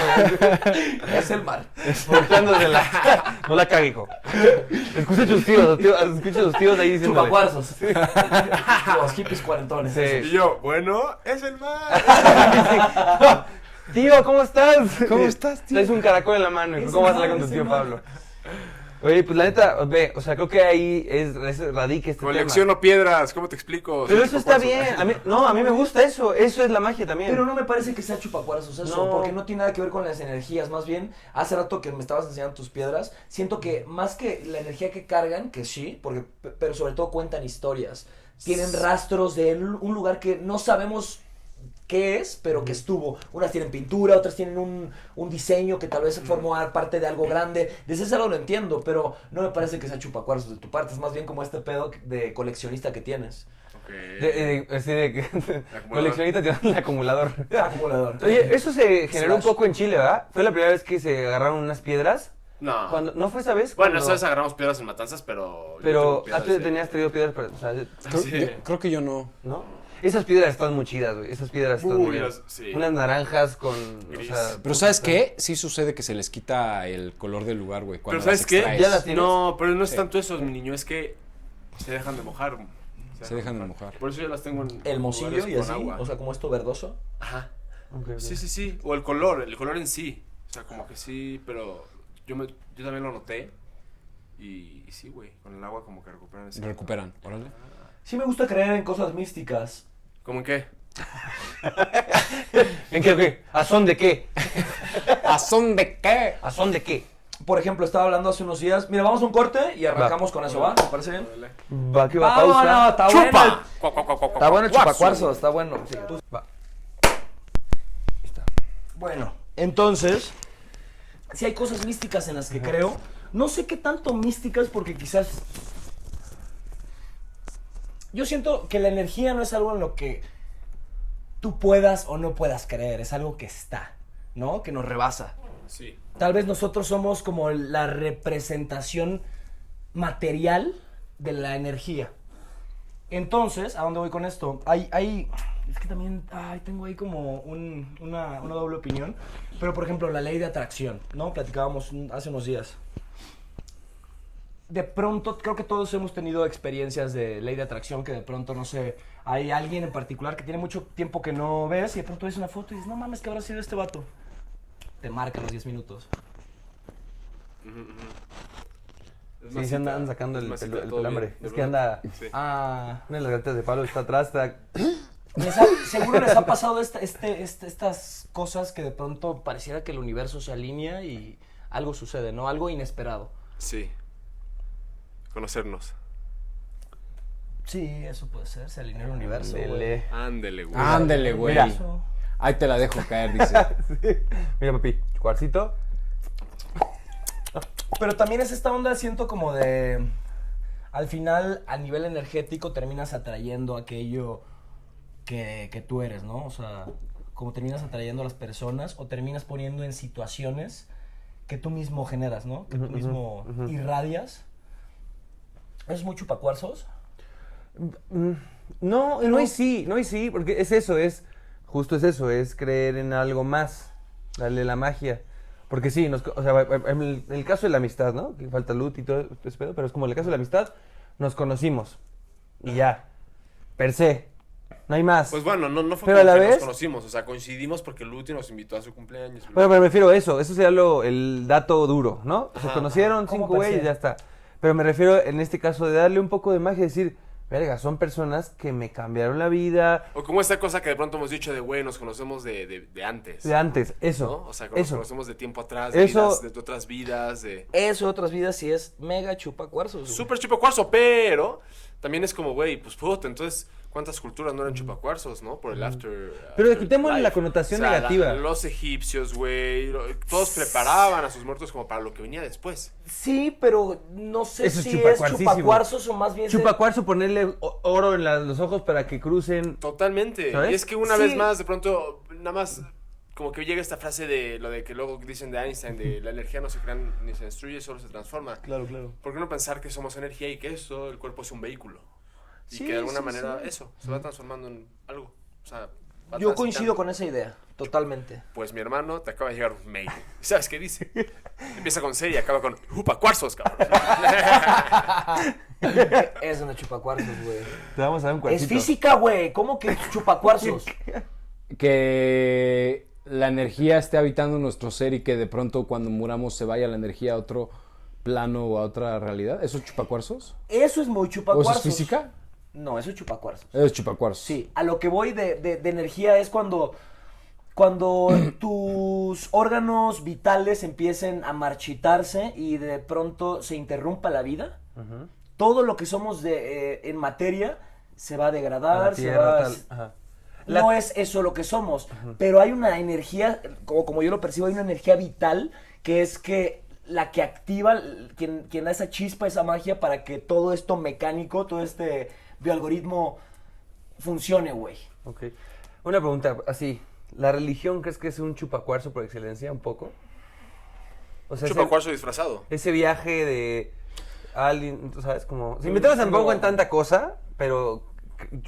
S4: Es el mar.
S5: la... No la cague, hijo. Escucha a tus tíos, tío, escucha a tus tíos ahí diciendo.
S4: Chupacuarzos. Los hippies cuarentones.
S1: Y
S5: Sí.
S1: yo, bueno, es el
S5: Este
S1: mar.
S5: Tío, ¿cómo estás?
S3: ¿Cómo estás, tío?
S5: Traes un caracol en la mano. hijo.
S4: Es
S5: ¿Cómo vas a hablar
S4: mal,
S5: con tu
S4: es
S5: tío
S4: mal.
S5: Pablo? Oye, pues la neta, ve, o sea, creo que ahí es, es- radica este tema.
S1: Colecciono piedras, ¿cómo te explico?
S5: Pero
S1: Soy
S5: eso está
S1: chupacuarzo.
S5: bien. A mí, no, a mí me gusta eso. Eso es la magia también.
S4: Pero no me parece que sea chupacuarzos eso,
S5: No.
S4: porque no tiene nada que ver con las energías. Más bien, hace rato que me estabas enseñando tus piedras, siento que más que la energía que cargan, que sí, porque, pe- pero sobre todo cuentan historias. Tienen rastros de un un lugar que no sabemos qué es, pero que estuvo. Unas tienen pintura, otras tienen un, un diseño que tal vez formó a- parte de algo grande. Desde ese lado lo entiendo, pero no me parece que sea chupacuarzos de tu parte. Es más bien como este pedo de coleccionista que tienes.
S1: Ok.
S5: De- eh, de- así de que-
S1: Acumulador.
S5: coleccionista tirando el acumulador.
S4: Ah, Acumulador.
S5: Oye, eso se generó un
S4: Slash.
S5: poco en Chile, ¿verdad? Fue la primera vez que se agarraron unas piedras.
S1: No.
S5: Cuando, ¿No fue esa vez?
S2: Bueno,
S5: Cuando-
S2: sabes, agarramos piedras en matanzas, pero. yo tengo
S5: Pero
S2: piedras
S5: ah, tú
S2: de-
S5: tenías traído piedras, pero, o sea,
S3: Creo,
S1: Sí.
S3: yo- creo que yo no.
S5: ¿no? Esas piedras están muy chidas, güey. Esas piedras están
S1: Uy,
S5: muy bien.
S1: las- sí.
S5: Unas naranjas con... O
S1: Gris.
S5: sea,
S3: Pero ¿sabes qué? Sí sucede que se les quita el color del lugar, güey.
S1: Pero
S3: Cuando
S1: ¿sabes
S3: las
S1: qué?
S3: extraes.
S5: Ya las tienes.
S1: No, pero no es tanto eso, mi niño, es que se dejan de mojar.
S3: Se dejan de mojar.
S1: Por eso yo las tengo en
S4: El mocillo
S1: lugares
S4: y
S1: con
S4: así,
S1: agua.
S4: o sea, como esto verdoso.
S1: Ajá.
S5: ok, ok.
S1: Sí, sí, sí. O el color, el color en sí. O sea, como que sí, pero yo, me, yo también lo noté. Y, y sí, güey, con el agua como que recuperan ese.
S3: Recuperan, órale.
S4: Sí me gusta creer en cosas místicas.
S1: ¿Cómo en qué?
S5: ¿En qué, qué? ¿A son de qué?
S3: ¿A son de qué?
S5: ¿A son de qué?
S4: Por ejemplo, estaba hablando hace unos días. Mira, vamos a un corte y arrancamos con eso, ¿va? ¿Te parece bien?
S5: Va, que va,
S4: Vámonos,
S5: pausa.
S4: está bueno.
S1: Cuac, cuac, cuac, cuac,
S4: Está
S1: cuac.
S4: bueno el chupacuarzo, está bueno. sí.
S5: Va.
S4: Bueno, entonces, si hay cosas místicas en las que creo, no sé qué tanto místicas porque quizás... Yo siento que la energía no es algo en lo que tú puedas o no puedas creer, es algo que está, ¿no? Que nos rebasa.
S1: Sí.
S4: Tal vez nosotros somos como la representación material de la energía. Entonces, ¿a dónde voy con esto? Hay, hay, es que también, ay, tengo ahí como un- una, una doble opinión. Pero, por ejemplo, la ley de atracción, ¿no? Platicábamos un- hace unos días. De pronto, creo que todos hemos tenido experiencias de ley de atracción que de pronto, no sé, hay alguien en particular que tiene mucho tiempo que no ves y de pronto ves una foto y dices, no mames, que habrá sido este vato? Te marca los 10 minutos.
S1: Es
S5: Sí, se
S1: masita,
S5: andan sacando
S1: es
S5: el,
S1: masita,
S5: pelu- el
S1: todo
S5: pelambre.
S1: bien,
S5: Es
S1: de
S5: que
S1: verdad.
S5: anda...
S1: Sí.
S4: Ah,
S5: Una de las gatitas de Pablo está atrás, está...
S4: Les ha- seguro les ha pasado esta- este, este- estas cosas que de pronto pareciera que el universo se alinea y algo sucede, ¿no? Algo inesperado.
S1: Sí. Conocernos.
S4: Sí, eso puede ser, se alinea el universo.
S5: Lele.
S1: Ándele, güey.
S3: Ándele, güey. Ahí te la dejo caer, dice.
S5: Mira, papi, cuarcito.
S4: Pero también es esta onda, siento como de... Al final, a nivel energético, terminas atrayendo aquello que, que tú eres, ¿no? O sea, como terminas atrayendo a las personas o terminas poniendo en situaciones que tú mismo generas, ¿no? Que tú mismo irradias. ¿Es muy chupacuarzos?
S5: No, no y sí, no y sí, porque es eso, es justo es eso, es creer en algo más, darle la magia. Porque sí, nos co- o sea, en el, en el caso de la amistad, ¿no? Que falta luz y todo ese pedo, pero es como en el caso de la amistad, nos conocimos y ya, per se. No hay más.
S1: Pues bueno, no, no fue
S5: Pero
S1: como
S5: a la
S1: que
S5: vez-
S1: nos conocimos, o sea, coincidimos porque Luti nos invitó a su cumpleaños.
S5: Bueno, pero me refiero a eso. Eso sería lo, el dato duro, ¿no? Se
S1: Ajá,
S5: conocieron
S4: ajá.
S5: cinco
S4: ¿Cómo
S5: güeyes y ya está. Pero me refiero en este caso de darle un poco de magia y decir, verga, son personas que me cambiaron la vida
S2: O como esta cosa que de pronto hemos dicho de, güey, nos conocemos de, de, de antes.
S5: de antes. Eso.
S2: ¿no? O sea, que nos
S5: eso.
S2: conocemos de tiempo atrás, de,
S5: Eso-
S2: vidas- de otras vidas, de...
S7: Eso de otras vidas sí es mega chupacuarzos. güey.
S2: Súper chupacuarzo, pero también es como, güey, pues puta, entonces, ¿cuántas culturas no eran chupacuarzos, no? Por el after.
S5: Pero
S2: after
S5: quitemos
S2: life.
S5: la connotación
S2: O sea, la-
S5: negativa.
S2: los egipcios, güey, lo- todos preparaban a sus muertos como para lo que venía después.
S4: Sí, pero no sé
S5: Eso es
S4: si es
S5: chupacuarcísimo.
S4: chupacuarzos o más bien... es de-
S5: Chupacuarzo, ponerle o- oro en la- los ojos para que crucen.
S2: Totalmente.
S5: ¿Sabes?
S2: Y es que una
S4: Sí.
S2: vez más, de pronto, nada más, como que llega esta frase de lo de que luego dicen de Einstein, de la energía no se crea ni se destruye, solo se transforma.
S1: Claro, claro.
S2: ¿Por qué no pensar que somos energía y que eso, el cuerpo es un vehículo? Y
S5: Sí,
S2: que de alguna
S5: sí,
S2: manera
S5: sí.
S2: eso se va transformando en algo. O sea, va
S4: Yo
S2: transitando.
S4: coincido con esa idea, totalmente.
S2: Pues mi hermano, te acaba de llegar un mail. ¿Sabes qué dice? Empieza con C y acaba con Jupa Cuarzos, cabrón.
S4: es una chupacuarzos, güey.
S5: Te vamos a dar un
S4: Es
S5: cuartito.
S4: física, güey. ¿Cómo que chupacuarzos?
S3: que la energía esté habitando nuestro ser y que de pronto cuando muramos se vaya la energía a otro plano o a otra realidad. ¿Eso es chupacuarzos?
S4: Eso es muy
S3: ¿O
S4: chupacuarzos.
S3: eso es física?
S4: No, eso es chupacuarzos.
S3: Eso es chupacuarzos.
S4: Sí, a lo que voy de, de- de energía es cuando, cuando tus órganos vitales empiecen a marchitarse y de pronto se interrumpa la vida. Todo lo que somos de, eh, en materia se va a
S5: A la
S4: degradar, se
S5: tierra,
S4: va a-
S5: tal. Ajá. La-
S4: No es eso lo que somos, pero hay una energía, como, como yo lo percibo, hay una energía vital que es que la que activa, l- quien, quien da esa chispa, esa magia para que todo esto mecánico, todo este bioalgoritmo funcione, güey.
S5: Ok. Una pregunta así. ¿La religión crees que es un chupacuarzo por excelencia un poco? O sea,
S2: Chupa
S5: ese,
S2: Cuarzo disfrazado.
S5: ese viaje de alguien, tú sabes, Mm, como... Sin meternos tampoco en tanta cosa, pero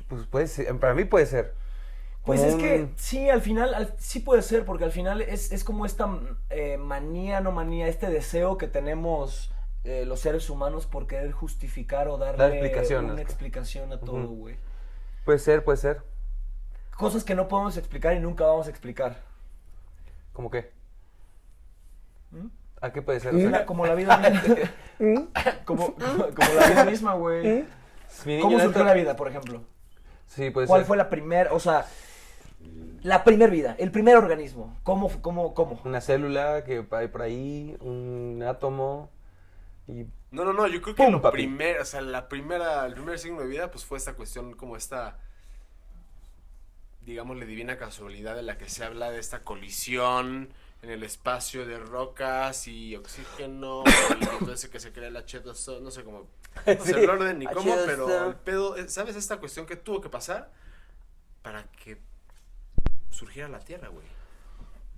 S5: pues puede ser- para mí puede ser.
S4: Pues
S5: Como
S4: es que
S5: un-
S4: sí, al final, al- sí puede ser, porque al final es, es como esta mm, eh, manía, no manía, este deseo que tenemos eh, los seres humanos por querer justificar o darle
S5: explicaciones.
S4: una explicación a todo,
S5: Ujú.
S4: güey.
S5: Puede ser, puede ser.
S4: Cosas que no podemos explicar y nunca vamos a explicar.
S5: ¿Cómo qué?
S1: ¿Mm?
S5: ¿A qué puede ser? O
S4: O
S5: sea,
S4: sea, como la vida misma. como, como la vida misma, güey.
S5: mi niño
S4: ¿Cómo
S5: neto-
S4: surgió la vida, por ejemplo?
S5: Sí, puede
S4: ¿Cuál
S5: ser.
S4: fue la primera, o sea, la primer vida, el primer organismo? ¿Cómo, fu- cómo, cómo?
S5: Una célula que hay por ahí, un átomo y...
S2: No, no, no, yo creo que
S5: Pum,
S2: lo
S5: papi.
S2: primero, o sea, la primera, el primer signo de vida, pues fue esta cuestión, como esta, digámosle, divina casualidad de la que se habla de esta colisión en el espacio de rocas y oxígeno, y entonces que se crea el H2O, no sé cómo, no sé el orden ni cómo, pero el pedo, es- ¿sabes esta cuestión que tuvo que pasar para que surgiera la Tierra, güey?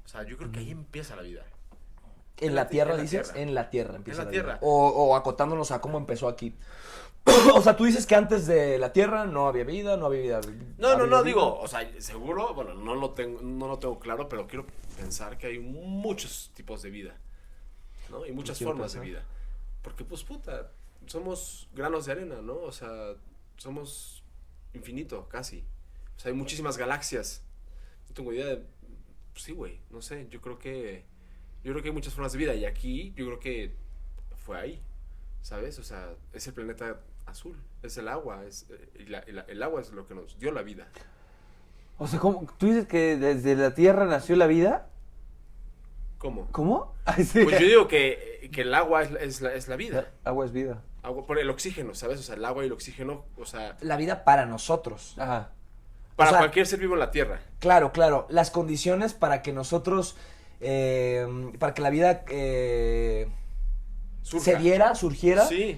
S2: O sea, yo creo que ahí empieza la vida.
S7: En la tierra,
S2: en la
S7: dices.
S2: tierra.
S7: En la tierra empieza.
S2: la
S7: vida.
S2: tierra.
S7: O, o acotándonos a cómo empezó aquí. o sea, tú dices que antes de la tierra no había vida, no había vida.
S2: No, no,
S7: había
S2: no,
S7: vida.
S2: digo, o sea, seguro, bueno, no lo tengo, no lo tengo claro, pero quiero pensar que hay muchos tipos de vida, ¿no? Y muchas
S5: Quiero
S2: formas de
S5: pensar.
S2: vida. Porque, pues, puta, somos granos de arena, ¿no? O sea, somos infinito, casi. O sea, hay muchísimas galaxias. No tengo idea de... pues, Sí, güey, no sé, yo creo que... Yo creo que hay muchas formas de vida y aquí yo creo que fue ahí, ¿sabes? O sea, es el planeta azul, es el agua, es, eh, y la- y la- el agua es lo que nos dio la vida.
S5: O sea, ¿cómo? ¿tú dices que desde la Tierra nació la vida?
S2: ¿Cómo?
S5: ¿Cómo? Ay, sí.
S2: Pues yo digo que, que el agua es, la- es la, es la vida.
S5: Agua es vida.
S2: Agua, por el oxígeno, ¿sabes? O sea, el agua y el oxígeno, o sea,
S7: La vida para nosotros.
S5: Ajá.
S2: para
S7: O sea-
S2: cualquier ser vivo en la Tierra.
S7: Claro, claro. Las condiciones para que nosotros. eh, para que la vida eh,
S2: Surja.
S7: se diera, surgiera.
S2: Sí.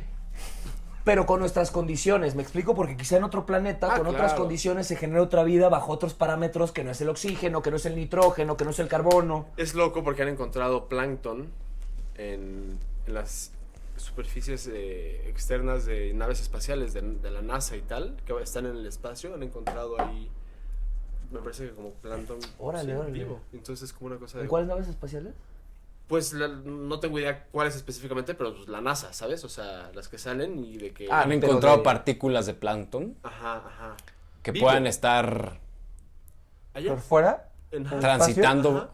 S7: pero con nuestras condiciones. Me explico porque quizá en otro planeta,
S2: Ah,
S7: con otras
S2: claro.
S7: condiciones, se genera otra vida bajo otros parámetros que no es el oxígeno, que no es el nitrógeno, que no es el carbono.
S2: Es loco porque han encontrado plancton en, en las superficies eh, externas de naves espaciales de, de la NASA y tal, que están en el espacio, han encontrado ahí, me parece que como plancton
S7: Órale,
S2: sí,
S7: órale.
S2: vivo. Entonces es como una cosa de...
S7: ¿En cuáles naves espaciales?
S2: Pues la- no tengo idea cuáles específicamente, pero pues, la NASA, ¿sabes? O sea, las que salen y de que...
S7: Ah,
S3: ¿Han
S7: pero
S3: encontrado
S7: de-
S3: partículas de plancton?
S2: Ajá, ajá.
S3: que
S8: Vivo.
S3: puedan estar
S8: Allá.
S5: ¿Por fuera?
S8: En-
S3: transitando.
S8: Ajá.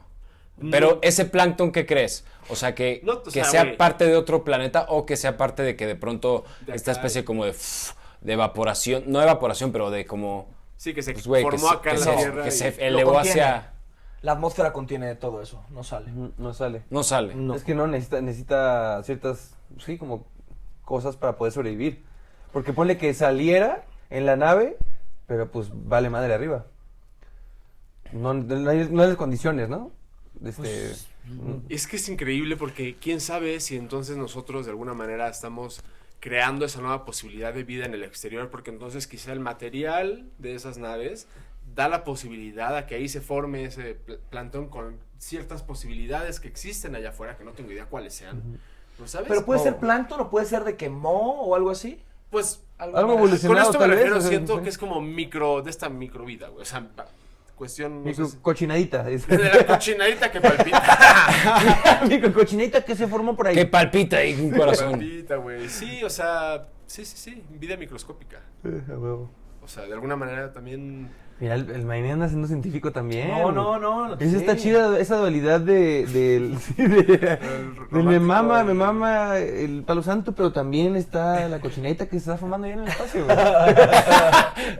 S3: Pero ese plancton, ¿qué crees? O sea, que,
S8: No, o
S3: que
S8: sea,
S3: sea
S8: güey.
S3: parte de otro planeta o que sea parte de que de pronto
S8: De
S3: esta
S8: acá.
S3: especie como de, f- de evaporación, no evaporación, pero de como,
S8: Sí, que se
S3: pues, güey, que,
S8: formó
S3: se,
S8: acá
S3: que
S8: en la
S3: se-
S8: Tierra.
S3: que
S8: y-
S3: se
S4: Lo
S3: elevó
S4: contiene.
S3: hacia...
S4: La atmósfera contiene todo eso, no sale.
S5: No sale.
S3: No sale.
S4: No.
S5: Es que no, necesita, necesita ciertas, sí, como cosas para poder sobrevivir. Porque ponle que saliera en la nave, pero pues vale madre arriba. No, no hay, no hay las condiciones, ¿no? Este,
S2: Pues, Es que es increíble porque quién sabe si entonces nosotros de alguna manera estamos creando esa nueva posibilidad de vida en el exterior, porque entonces quizá el material de esas naves da la posibilidad a que ahí se forme ese pl- plantón con ciertas posibilidades que existen allá afuera, que no tengo idea cuáles sean. ¿No sabes?
S4: Pero puede
S5: No.
S3: Oh.
S4: ser plancton o puede ser de que mo o algo así.
S2: pues
S5: algo evolucionado
S2: Con esto me
S5: tal vez,
S2: refiero,
S5: o sea,
S2: siento que es como micro, de esta microvida, güey. O sea, pa- cuestión... no sé
S5: micro
S2: si-
S5: cochinadita. es-
S2: de la cochinadita que palpita.
S5: micro cochinadita que se formó por ahí.
S3: Que palpita ahí un corazón.
S2: palpita, güey. Sí, o sea, sí, sí, sí. Vida microscópica.
S5: Eh, a huevo.
S2: O sea, de alguna manera también.
S5: Mira, el, el Maine anda siendo científico también.
S4: No, no, no.
S5: Esa está
S4: sí.
S5: chida, esa dualidad de, del- sí, de- de me
S2: romántico
S5: mama,
S2: y-
S4: eh.
S5: me mama el palo santo, pero también está la cochineta que se está formando ahí en el espacio, güey.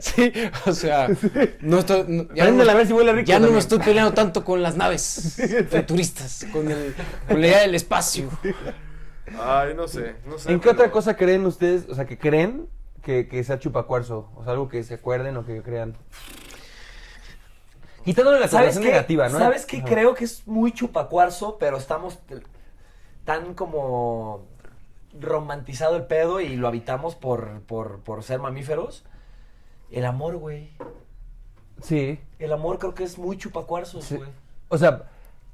S3: sí, o sea, no estoy... no- ya
S5: Préndela,
S3: no-
S5: a ver si huele rico
S3: Ya no me
S5: también.
S3: estoy peleando tanto con las naves futuristas, con, el, con la idea del espacio.
S2: Ay, no sé, no sé.
S5: ¿En qué
S2: pero-
S5: otra cosa creen ustedes, o sea, que creen que, que sea chupacuarzo? O sea, algo que se acuerden o que crean. Quitándole la
S4: ¿Sabes
S5: connotación
S4: qué?
S5: negativa, ¿no?
S4: ¿Sabes qué?
S5: Ajá.
S4: Creo que es muy chupacuarzo, pero estamos t- tan como romantizado el pedo y lo habitamos por, por, por ser mamíferos. El amor, güey.
S5: Sí.
S4: El amor creo que es muy chupacuarzos,
S5: sí.
S4: güey.
S5: O sea,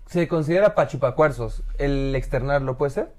S5: se considera pa' chupacuarzos el externarlo, ¿puede ser?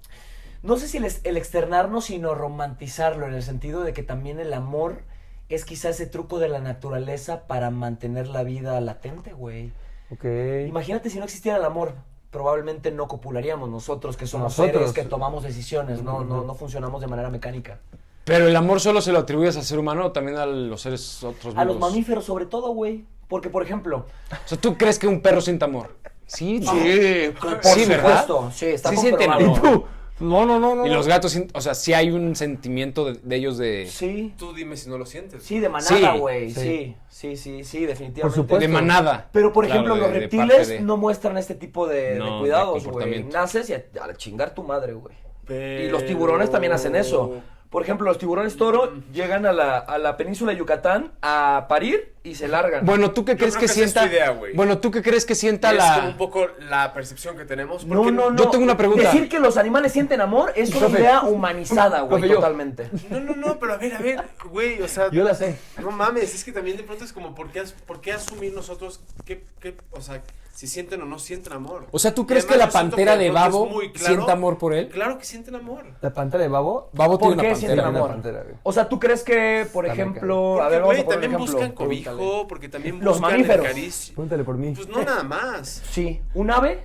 S4: No sé si el, es- el externarnos, sino romantizarlo, en el sentido de que también el amor es quizás ese truco de la naturaleza para mantener la vida latente, güey.
S5: Ok.
S4: Imagínate si no existiera el amor, probablemente no copularíamos nosotros, que somos
S5: Nosotros.
S4: seres que tomamos decisiones, no, no, no funcionamos de manera mecánica.
S3: Pero el amor solo se lo atribuyes al ser humano o también a los seres otros
S4: A los
S3: vivos?
S4: mamíferos sobre todo, güey. Porque, por ejemplo,
S3: O sea, ¿tú crees que un perro siente amor? Sí, sí.
S4: por
S3: Sí, ¿verdad?
S4: supuesto, sí, está
S3: Sí sienten
S4: comprobado.
S3: amor.
S5: Tú. No, no, no, no.
S3: Y
S5: no.
S3: los gatos, sin- o sea, sí hay un sentimiento de, de ellos de,
S4: Sí,
S2: Tú dime si no lo sientes.
S4: sí, de manada,
S3: Sí,
S4: güey.
S5: sí.
S4: Sí, sí, sí, sí, definitivamente.
S5: Por supuesto.
S3: de manada.
S4: Pero, por
S3: Claro,
S4: ejemplo,
S3: de-
S4: los
S3: de
S4: reptiles
S3: parte de-
S4: no muestran este tipo de, de
S3: No, de
S4: cuidados, güey.
S3: comportamiento. Eh,
S4: Naces y a, a chingar tu madre, güey.
S2: Pero-
S4: Y los tiburones también hacen eso. Por ejemplo, los tiburones toro
S3: Mm.
S4: llegan a la, a la península de Yucatán a parir y se largan.
S3: Bueno, ¿tú qué
S2: Yo
S3: crees
S2: creo
S3: que,
S2: que esa es
S3: sienta?
S2: tu idea, güey.
S3: bueno, ¿tú qué crees que sienta
S2: es
S3: la
S2: como un poco la percepción que tenemos.
S4: No,
S2: porque-
S4: no, no.
S3: Yo tengo una pregunta.
S4: Decir que los animales sienten amor es una
S5: Profe.
S4: idea humanizada, güey,
S5: Profe, yo.
S4: totalmente.
S2: No, no, no, pero a ver, a ver, güey, o sea.
S5: Yo la sé.
S2: No mames, es que también de pronto es como, ¿por qué, as- por qué asumir nosotros qué, qué, o sea, si sienten o no sienten amor?
S3: O sea, ¿tú
S2: Y
S3: crees que
S2: además
S3: la
S2: yo siento
S3: pantera de
S2: pronto es
S3: Babo
S2: muy
S3: sienta amor por él?
S2: Claro que sienten amor.
S5: La pantera de babo.
S3: Babo tiene
S4: ¿Por
S3: una
S4: qué
S3: pantera.
S4: sienten
S5: Tiene una
S4: amor?
S5: pantera, güey.
S4: o sea, ¿tú crees que, por
S5: Está muy
S4: ejemplo,
S2: Porque,
S4: a ver, vamos
S2: güey,
S4: a poner
S2: también
S4: un ejemplo.
S2: buscan cobijo, porque también
S4: Los
S2: buscan
S4: mamíferos.
S2: el cariz-
S5: Pregúntale por mí.
S2: Pues no nada más.
S4: Sí, un ave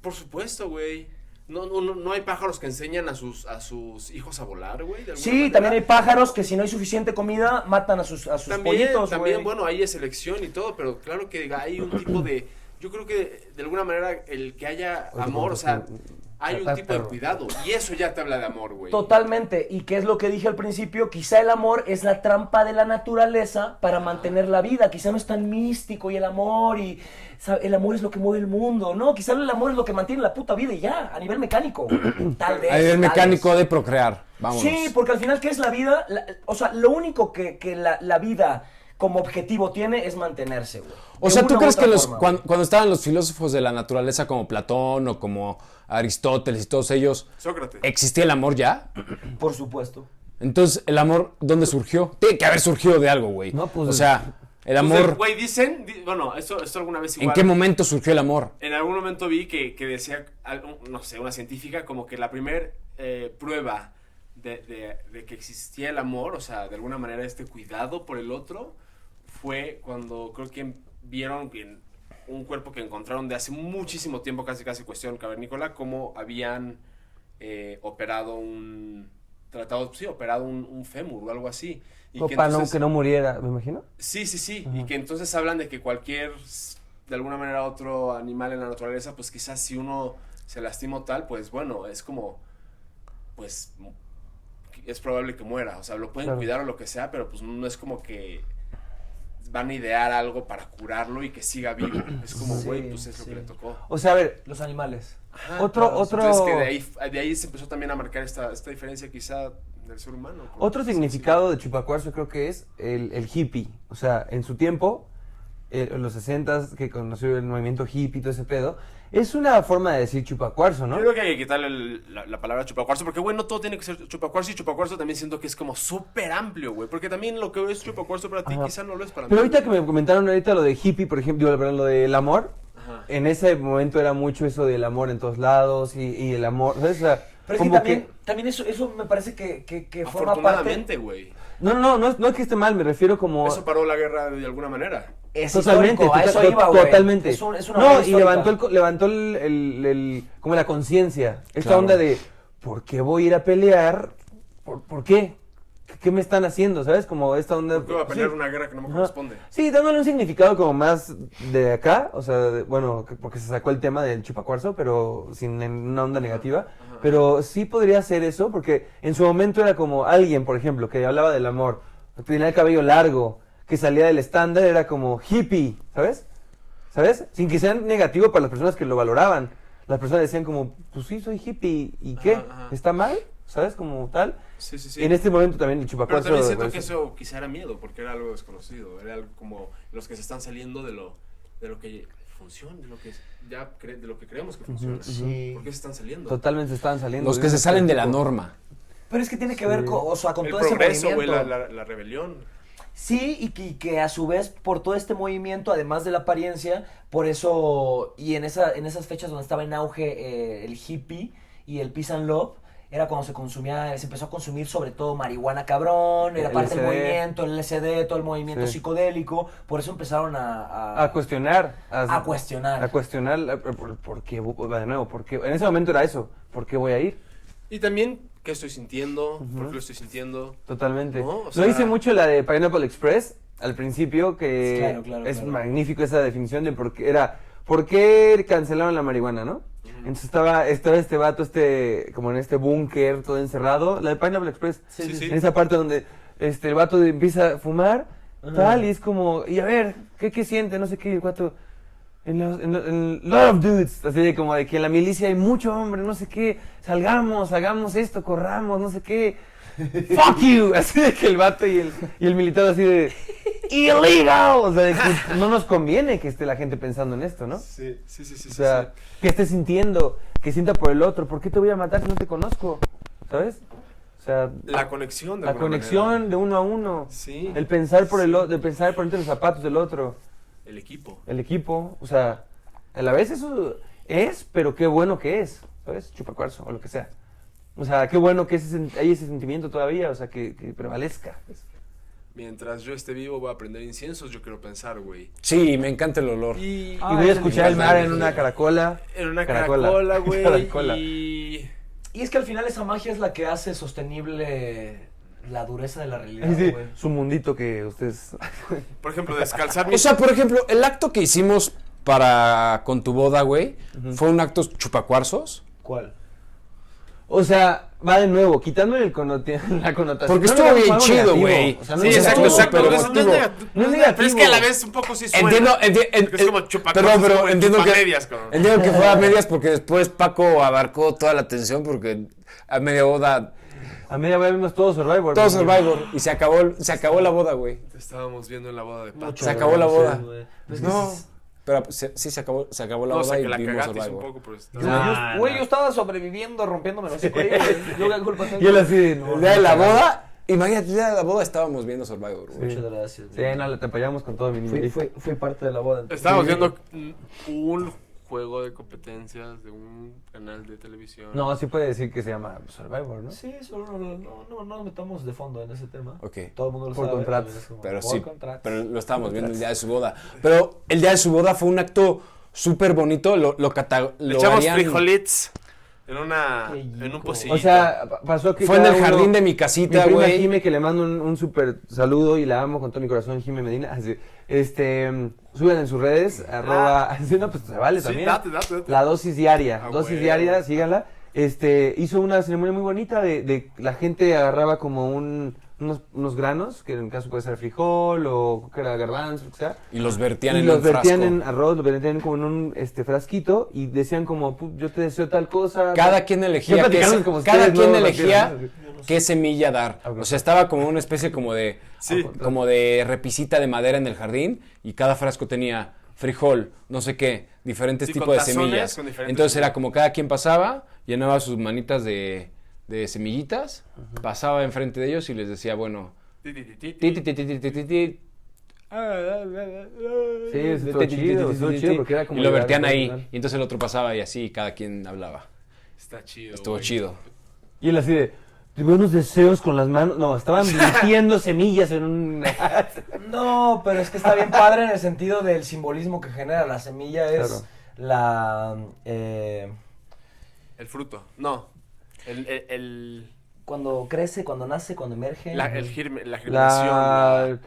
S2: Por supuesto, güey. No, no, no, no hay pájaros que enseñan a sus, a sus hijos a volar, güey. de alguna
S4: Sí,
S2: manera.
S4: también hay pájaros que si no hay suficiente comida matan a sus, a sus
S2: también,
S4: pollitos,
S2: También,
S4: güey.
S2: bueno, ahí es elección y todo, pero claro que hay un tipo de. Yo creo que de alguna manera el que haya amor, o sea, hay un tipo de cuidado. Y eso ya te habla de amor, güey.
S4: Totalmente. Y que es lo que dije al principio, quizá el amor es la trampa de la naturaleza para mantener la vida. Quizá no es tan místico y el amor y sa- el amor es lo que mueve el mundo. No, quizá el amor es lo que mantiene la puta vida y ya, a nivel mecánico. tal vez.
S3: A nivel
S4: tal
S3: mecánico
S4: vez.
S3: de procrear. Vamos.
S4: Sí, porque al final, ¿qué es la vida? La- o sea, lo único que, que la, la vida como objetivo tiene es mantenerse, güey.
S3: O
S4: De
S3: sea,
S4: una
S3: ¿tú
S4: u
S3: crees
S4: otra
S3: que los,
S4: forma, güey.
S3: cuando, cuando estaban los filósofos de la naturaleza como Platón o como Aristóteles y todos ellos,
S2: Sócrates.
S3: ¿existía el amor ya?
S4: Por supuesto.
S3: Entonces, ¿el amor dónde surgió? Tiene que haber surgido de algo, güey.
S5: No, pues-
S3: o sea, el
S2: Entonces,
S3: amor...
S2: Güey, dicen. di- bueno, esto, esto alguna vez igual.
S3: ¿En qué momento surgió el amor?
S2: En algún momento vi que, que decía, algo- no sé, una científica, como que la primer eh, prueba de, de- de que existía el amor, o sea, de alguna manera este cuidado por el otro, fue cuando creo que vieron que en un cuerpo que encontraron de hace muchísimo tiempo, casi casi cuestión cavernícola, cómo habían eh, operado un, tratado, sí, operado un, un fémur o algo así. Y
S5: Como
S2: que
S5: para no,
S2: entonces-
S5: que no muriera, me imagino.
S2: Sí, sí, sí. Y que entonces hablan de que cualquier, de alguna manera, otro animal en la naturaleza, pues quizás si uno se lastima o tal, pues bueno, es como, pues mu- es probable que muera. O sea, lo pueden
S5: Claro.
S2: cuidar o lo que sea, pero pues no es como que van a idear algo para curarlo y que siga vivo. Es como,
S4: Sí,
S2: güey, pues es lo
S4: sí.
S2: que le tocó.
S5: O sea, a ver,
S4: Los animales.
S2: Ajá.
S5: otro,
S4: claro,
S5: otro,
S2: Ah, Entonces que de ahí, de ahí se empezó también a marcar esta, esta diferencia quizá del ser humano. porque,
S5: otro
S2: pues, sí,
S5: significado de chupacuarzo creo que es el, el hippie. O sea, en su tiempo, eh, en los 60 que conoció el movimiento hippie y todo ese pedo, es una forma de decir chupacuarzo, ¿no?
S2: Yo creo que hay que quitarle el- la, la palabra chupacuarzo, porque, güey, no todo tiene que ser chupacuarzo y chupacuarzo también siento que es como súper amplio, güey. Porque también lo que es chupacuarzo para ti
S5: Ajá.
S2: quizá no lo es para
S5: Pero
S2: mí.
S5: ahorita que me comentaron ahorita lo de hippie, por ejemplo, digo, perdón, lo del amor,
S2: Ajá.
S5: en ese momento era mucho eso del amor en todos lados y, y el amor, ¿sabes? O sea,
S4: Pero es que
S5: como
S4: también,
S5: que...
S4: también eso, eso me parece que, que, que forma parte.
S2: Afortunadamente, güey.
S5: No, no, no, es- no es que esté mal, me refiero como...
S2: Eso paró la guerra de alguna manera.
S4: Es
S5: Totalmente,
S4: histórico, a
S5: total-
S4: eso
S5: to-
S4: iba, güey.
S5: totalmente.
S4: Es un- es una
S5: no,
S4: obra
S5: y
S4: histórica.
S5: levantó, el, co- levantó el, el- el- como la conciencia, esta
S3: Claro.
S5: onda de, ¿por qué voy a ir a pelear? ¿Por, por qué? ¿Qué- ¿Qué me están haciendo? ¿Sabes? Como esta onda...
S2: Porque va a pelear
S5: sí.
S2: una guerra que no me
S5: Ajá.
S2: corresponde.
S5: Sí, dándole un significado como más de acá, o sea, de- bueno, que- porque se sacó el tema del chupacuarzo, pero sin en una onda negativa. Pero sí podría ser eso, porque en su momento era como alguien, por ejemplo, que hablaba del amor, que tenía el cabello largo, que salía del estándar, era como hippie, ¿sabes? ¿Sabes? Sin que sea negativo para las personas que lo valoraban. Las personas decían como, pues sí, soy hippie, ¿y qué?
S2: Ajá, ajá.
S5: ¿Está mal? ¿Sabes? Como tal.
S2: Sí, sí, sí.
S5: En este momento también el
S2: Pero
S5: chupacuarzo...
S2: también siento
S5: parece-
S2: que eso quizá era miedo, porque era algo desconocido. Era algo como los que se están saliendo de lo, de lo que funciona, de lo que ya cre- de lo que creemos que funciona. ¿Por qué se están saliendo?
S5: Totalmente se estaban saliendo.
S3: Los
S5: de
S3: que
S5: ese
S3: se salen de la
S5: tipo.
S3: norma.
S4: Pero es que tiene que ver con, o sea, con
S2: El
S4: todo ese
S2: progreso,
S4: movimiento.
S2: güey, la, la- la rebelión.
S4: Sí, y que, y que a su vez, por todo este movimiento, además de la apariencia, por eso, y en, esa, en esas fechas donde estaba en auge eh, el hippie y el peace and love, era cuando se consumía, se empezó a consumir sobre todo marihuana cabrón, era
S5: El
S4: parte del
S5: LSD.
S4: movimiento, el LSD, todo el movimiento
S5: Sí.
S4: psicodélico, por eso empezaron a... a-
S5: A cuestionar.
S4: A cuestionar.
S5: A cuestionar. la- por- por- ¿Por qué? vo- De nuevo, ¿por qué? En ese momento era eso. ¿Por qué voy a ir?
S2: Y también, ¿qué estoy sintiendo? ¿Por qué lo estoy sintiendo?
S5: Totalmente.
S2: No, o
S5: Lo
S2: sea-
S5: dice mucho la de Pineapple Express al principio, que
S4: Claro, claro,
S5: es
S4: claro.
S5: magnífico esa definición de por qué era. ¿Por qué cancelaron la marihuana, no? Entonces estaba, estaba este vato, este, como en este búnker, todo encerrado. La de Pineapple Express.
S2: Sí, sí, sí.
S5: En esa parte donde este, el vato empieza a fumar, tal, y es como, y a ver, ¿qué, qué siente? No sé qué, y el vato. En los, en, lo- en lot of dudes, así de como de que en la milicia hay mucho hombre, no sé qué, salgamos, hagamos esto, corramos, no sé qué. Fuck you, así de que el vato y el, y el militar así de illegal, o sea, de que no nos conviene que esté la gente pensando en esto, ¿no? O
S2: Sí, sí, sí, sí. sí,
S5: sea,
S2: sí.
S5: que esté sintiendo, que sienta por el otro, ¿por qué te voy a matar si no te conozco? ¿Sabes? O sea,
S2: La conexión de
S5: la
S2: alguna
S5: conexión
S2: manera.
S5: de uno a uno,
S2: Sí.
S5: el pensar por el otro, el pensar por entre los zapatos del otro
S2: El equipo.
S5: el equipo, o sea, a la vez eso es, pero qué bueno que es, ¿sabes? Chupacuarzo o lo que sea. O sea, qué bueno que ese, sen- hay ese sentimiento todavía, o sea, que, que prevalezca.
S2: Mientras yo esté vivo voy a aprender inciensos, yo quiero pensar, güey.
S3: Sí, me encanta el olor.
S2: Y
S5: y voy a escuchar el mar en una caracola.
S2: en una
S5: Caracola.
S2: caracola, güey.
S5: Caracola.
S2: Y
S4: Y es que al final esa magia es la que hace sostenible la dureza de la realidad,
S5: Sí,
S2: Ah,
S5: sí,
S4: güey.
S5: su mundito que ustedes...
S2: por ejemplo, descalzar
S3: O
S2: mis
S3: sea, por ejemplo, el acto que hicimos para con tu boda, güey, fue un acto chupacuarzos.
S4: ¿Cuál?
S5: O sea, va de nuevo, quitándole el conoti- la connotación.
S3: Porque
S5: No
S3: estuvo
S5: le damos
S3: bien
S5: algo
S3: chido,
S5: negativo,
S3: güey.
S5: o sea, no
S2: Sí,
S5: es
S2: exacto,
S5: negativo,
S2: exacto. No
S5: pero
S2: es, no es
S5: positivo.
S2: nega-
S5: No es
S2: Pero es que a la
S5: negativo.
S2: vez un poco sí suena.
S3: Entiendo, enti- en-
S2: Porque es como
S3: en-
S2: chupacuarzos,
S3: perdón, pero
S2: como
S3: entiendo que,
S2: chupamedias, cabrón.
S3: entiendo que fue a medias porque después Paco abarcó toda la atención porque a media boda,
S5: A media hora vimos todo Survivor.
S3: todo
S5: güey.
S3: Survivor y se acabó, el- se acabó la boda, güey.
S2: Te estábamos viendo en la boda de Pacho.
S3: Se acabó la boda.
S5: No.
S3: Pero pues, se- sí, se acabó, se acabó la
S2: No, o
S3: boda
S2: sea,
S3: y
S2: que la
S3: vimos
S2: cagaste un
S3: Survivor.
S2: poco, pero está-
S4: Nah,
S7: Güey,
S4: nah.
S7: yo estaba sobreviviendo, rompiéndome los cuellos. Yo qué culpa tengo.
S5: Y él así de... no,
S3: El día de la
S5: no,
S3: boda, imagínate, el día de la boda estábamos viendo Survivor, güey.
S4: Muchas gracias.
S5: Sí, no, le te apoyamos con todo mi niño.
S7: Fui, fui- fui parte de la boda. entonces.
S2: Estábamos viendo un juego de competencias de un canal de televisión.
S5: No, sí puede decir que se llama Survivor, ¿no?
S7: Sí, solo no, no, no nos metamos de fondo en ese tema.
S3: Ok.
S7: Todo el mundo lo
S5: Por
S7: sabe.
S5: contratos.
S7: es como,
S3: Pero
S7: por
S3: sí,
S7: contratos.
S3: pero lo estábamos viendo el día de su boda. Pero el día de su boda fue un acto súper bonito, lo, lo, cata-
S2: Le
S3: lo
S2: echamos
S3: harían-
S2: frijolitos. en una en un pocillito.
S5: O sea, pa- pasó que.
S3: Fue en
S5: cada
S3: el
S5: uno-
S3: jardín de mi
S5: Mi
S3: casita,
S5: prima
S3: güey.
S5: Jime, que le mando un, un súper saludo y la amo con todo mi corazón, Jime Medina. Así, este, mm, suben en sus redes, arroba. así, no, pues se vale
S2: Sí,
S5: también.
S2: date, date, date.
S5: La dosis diaria,
S2: Ah,
S5: dosis
S2: güey.
S5: diaria, síganla. Este, hizo una ceremonia muy bonita de, de la gente agarraba como un, unos, unos granos, que en el caso puede ser frijol o creo que era garbanzo, lo que sea.
S3: Y los vertían
S5: y
S3: en
S5: los
S3: un
S5: vertían
S3: frasco.
S5: en arroz, los vertían como en un este, frasquito y decían como, "Pu- yo te deseo tal cosa.
S3: Cada quien
S5: Ya
S3: elegía, qué,
S5: platicaron
S3: se-
S5: como ustedes,
S3: cada
S5: ¿no?
S3: quien
S5: Lo
S3: elegía
S5: platicaron.
S3: qué semilla dar. O sea, estaba como una especie como de,
S2: Sí.
S3: como de repisita de madera en el jardín y cada frasco tenía frijol, no sé qué, diferentes
S2: Sí,
S3: tipos
S2: con
S3: de
S2: tazones
S3: semillas.
S2: con diferentes
S3: Entonces era como cada quien pasaba, llenaba sus manitas de, de semillitas, pasaba enfrente de ellos y les decía, bueno,
S2: Ti, ti, ti, ti, Ah, ti.
S3: ti, ti, ti, ti, ti, ti, ti, ti.
S2: ah,
S5: Sí, estuvo chido, estuvo chido porque era como
S3: y lo
S5: llegar
S3: vertían
S5: al
S3: ahí
S5: final.
S3: y entonces el otro pasaba y así cada quien hablaba.
S2: Está chido.
S3: Estuvo
S2: güey.
S3: chido.
S5: Y él así de, tuve unos deseos con las manos. No, estaban metiendo semillas en un.
S4: No, pero es que está bien padre en el sentido del simbolismo que genera. La semilla es
S5: Claro.
S4: la... eh,
S2: El fruto. No. El el, el,
S4: cuando crece, cuando nace, cuando emerge.
S2: la, el germ- la germinación.
S5: la,
S2: la-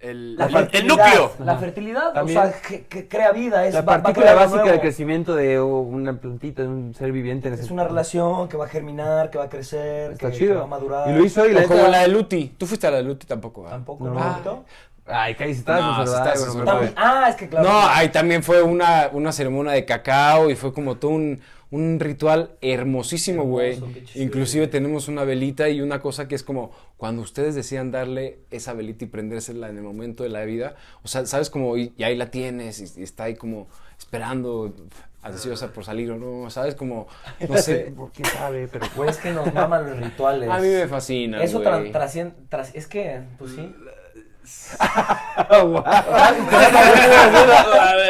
S2: el,
S4: la
S2: el- el
S4: fertilidad,
S2: núcleo.
S4: La fertilidad,
S5: También.
S4: o sea, que, que crea vida. Es,
S5: la
S4: va- va
S5: partícula
S4: creando
S5: básica
S4: nuevo.
S5: de crecimiento de una plantita, de un ser viviente. En
S4: Es
S5: ese-
S4: una relación que va a germinar, que va a crecer,
S5: Está
S4: que, que
S5: chido.
S4: va a madurar.
S5: Y lo hizo y
S3: O
S5: la.
S3: como
S5: neta-
S3: la de Luti. Tú fuiste a la de Luti tampoco, ¿verdad?
S4: Tampoco,
S5: No.
S4: ¿no?
S5: Ah,
S4: Bonito.
S5: Ay, que ahí estás,
S3: No,
S5: no,
S3: sí
S5: verdad,
S3: estás,
S5: bueno,
S3: sí
S5: bueno,
S3: estás.
S5: bueno.
S4: También- Ah, es que claro.
S3: No, ahí también fue una, una ceremonia de cacao y fue como todo un, un ritual hermosísimo, güey.
S4: Hermoso, qué chido.
S3: Inclusive tenemos una velita y una cosa que es como cuando ustedes decían darle esa velita y prendérsela en el momento de la vida, o sea, sabes como y, y ahí la tienes y, y está ahí como esperando ansiosa por salir o no, sabes como no sé.
S4: Pues,
S5: ¿Por qué sabe? Pero
S4: Güey, es que nos maman los rituales.
S3: A mí me fascina,
S4: Eso
S3: güey.
S4: tra- trascien- tras- es que, pues sí. Ah,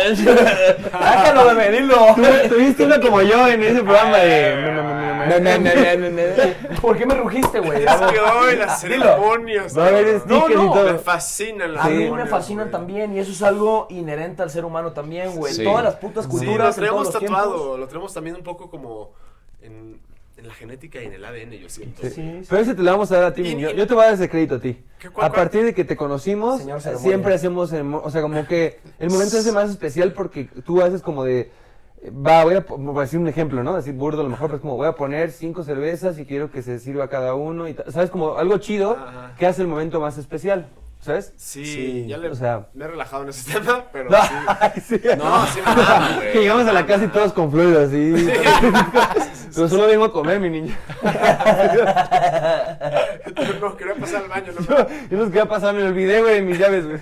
S4: Sácalo, bebé, dilo.
S5: Tú- Tuviste uno como yo en ese programa
S3: Ah. Eh, No, no,
S5: de.
S3: no, no, no, no.
S4: ¿Por qué me rugiste, güey?
S2: Es que hoy las ceremonias.
S5: Va a
S2: cabrón.
S5: haber stickers y todo.
S2: Me fascinan las
S4: A mí me
S2: ceremonias,
S4: fascinan
S2: güey.
S4: también y eso es algo inherente al ser humano también, güey.
S3: Sí.
S4: Todas las putas
S2: Sí,
S4: culturas.
S2: lo traemos
S4: en todos los
S2: tatuado,
S4: tiempos.
S2: lo traemos también un poco como en, en la genética y en el ADN, yo siento.
S4: Sí, sí.
S5: Pero ese te lo vamos a dar a ti,
S2: Y-
S5: niño.
S2: y-
S5: Yo te voy a dar ese crédito a ti.
S2: ¿Qué, cuál,
S5: A
S2: cuál?
S5: partir de que te conocimos, eh,
S4: Señor ceremonia.
S5: siempre hacemos, ceremo- o sea, como que el momento es más especial porque tú haces como de, eh, va, voy a, po- por decir un ejemplo, ¿no? Decir burdo a lo mejor, pero es como voy a poner cinco cervezas y quiero que se sirva cada uno y ta- ¿sabes? Como algo chido
S2: Ajá.
S5: que hace el momento más especial, ¿sabes?
S2: Sí,
S5: Sí,
S2: ya le,
S5: o sea-
S2: me he relajado en ese tema, pero sí.
S5: Ay, sí.
S2: No, sí me mama, güey.
S5: que llegamos a la casa y todos con flores así. Pero solo vengo a comer, mi niño.
S2: No, quería pasar al baño, no
S5: Yo, yo los quería pasar, me olvidé, güey, de mis llaves, güey.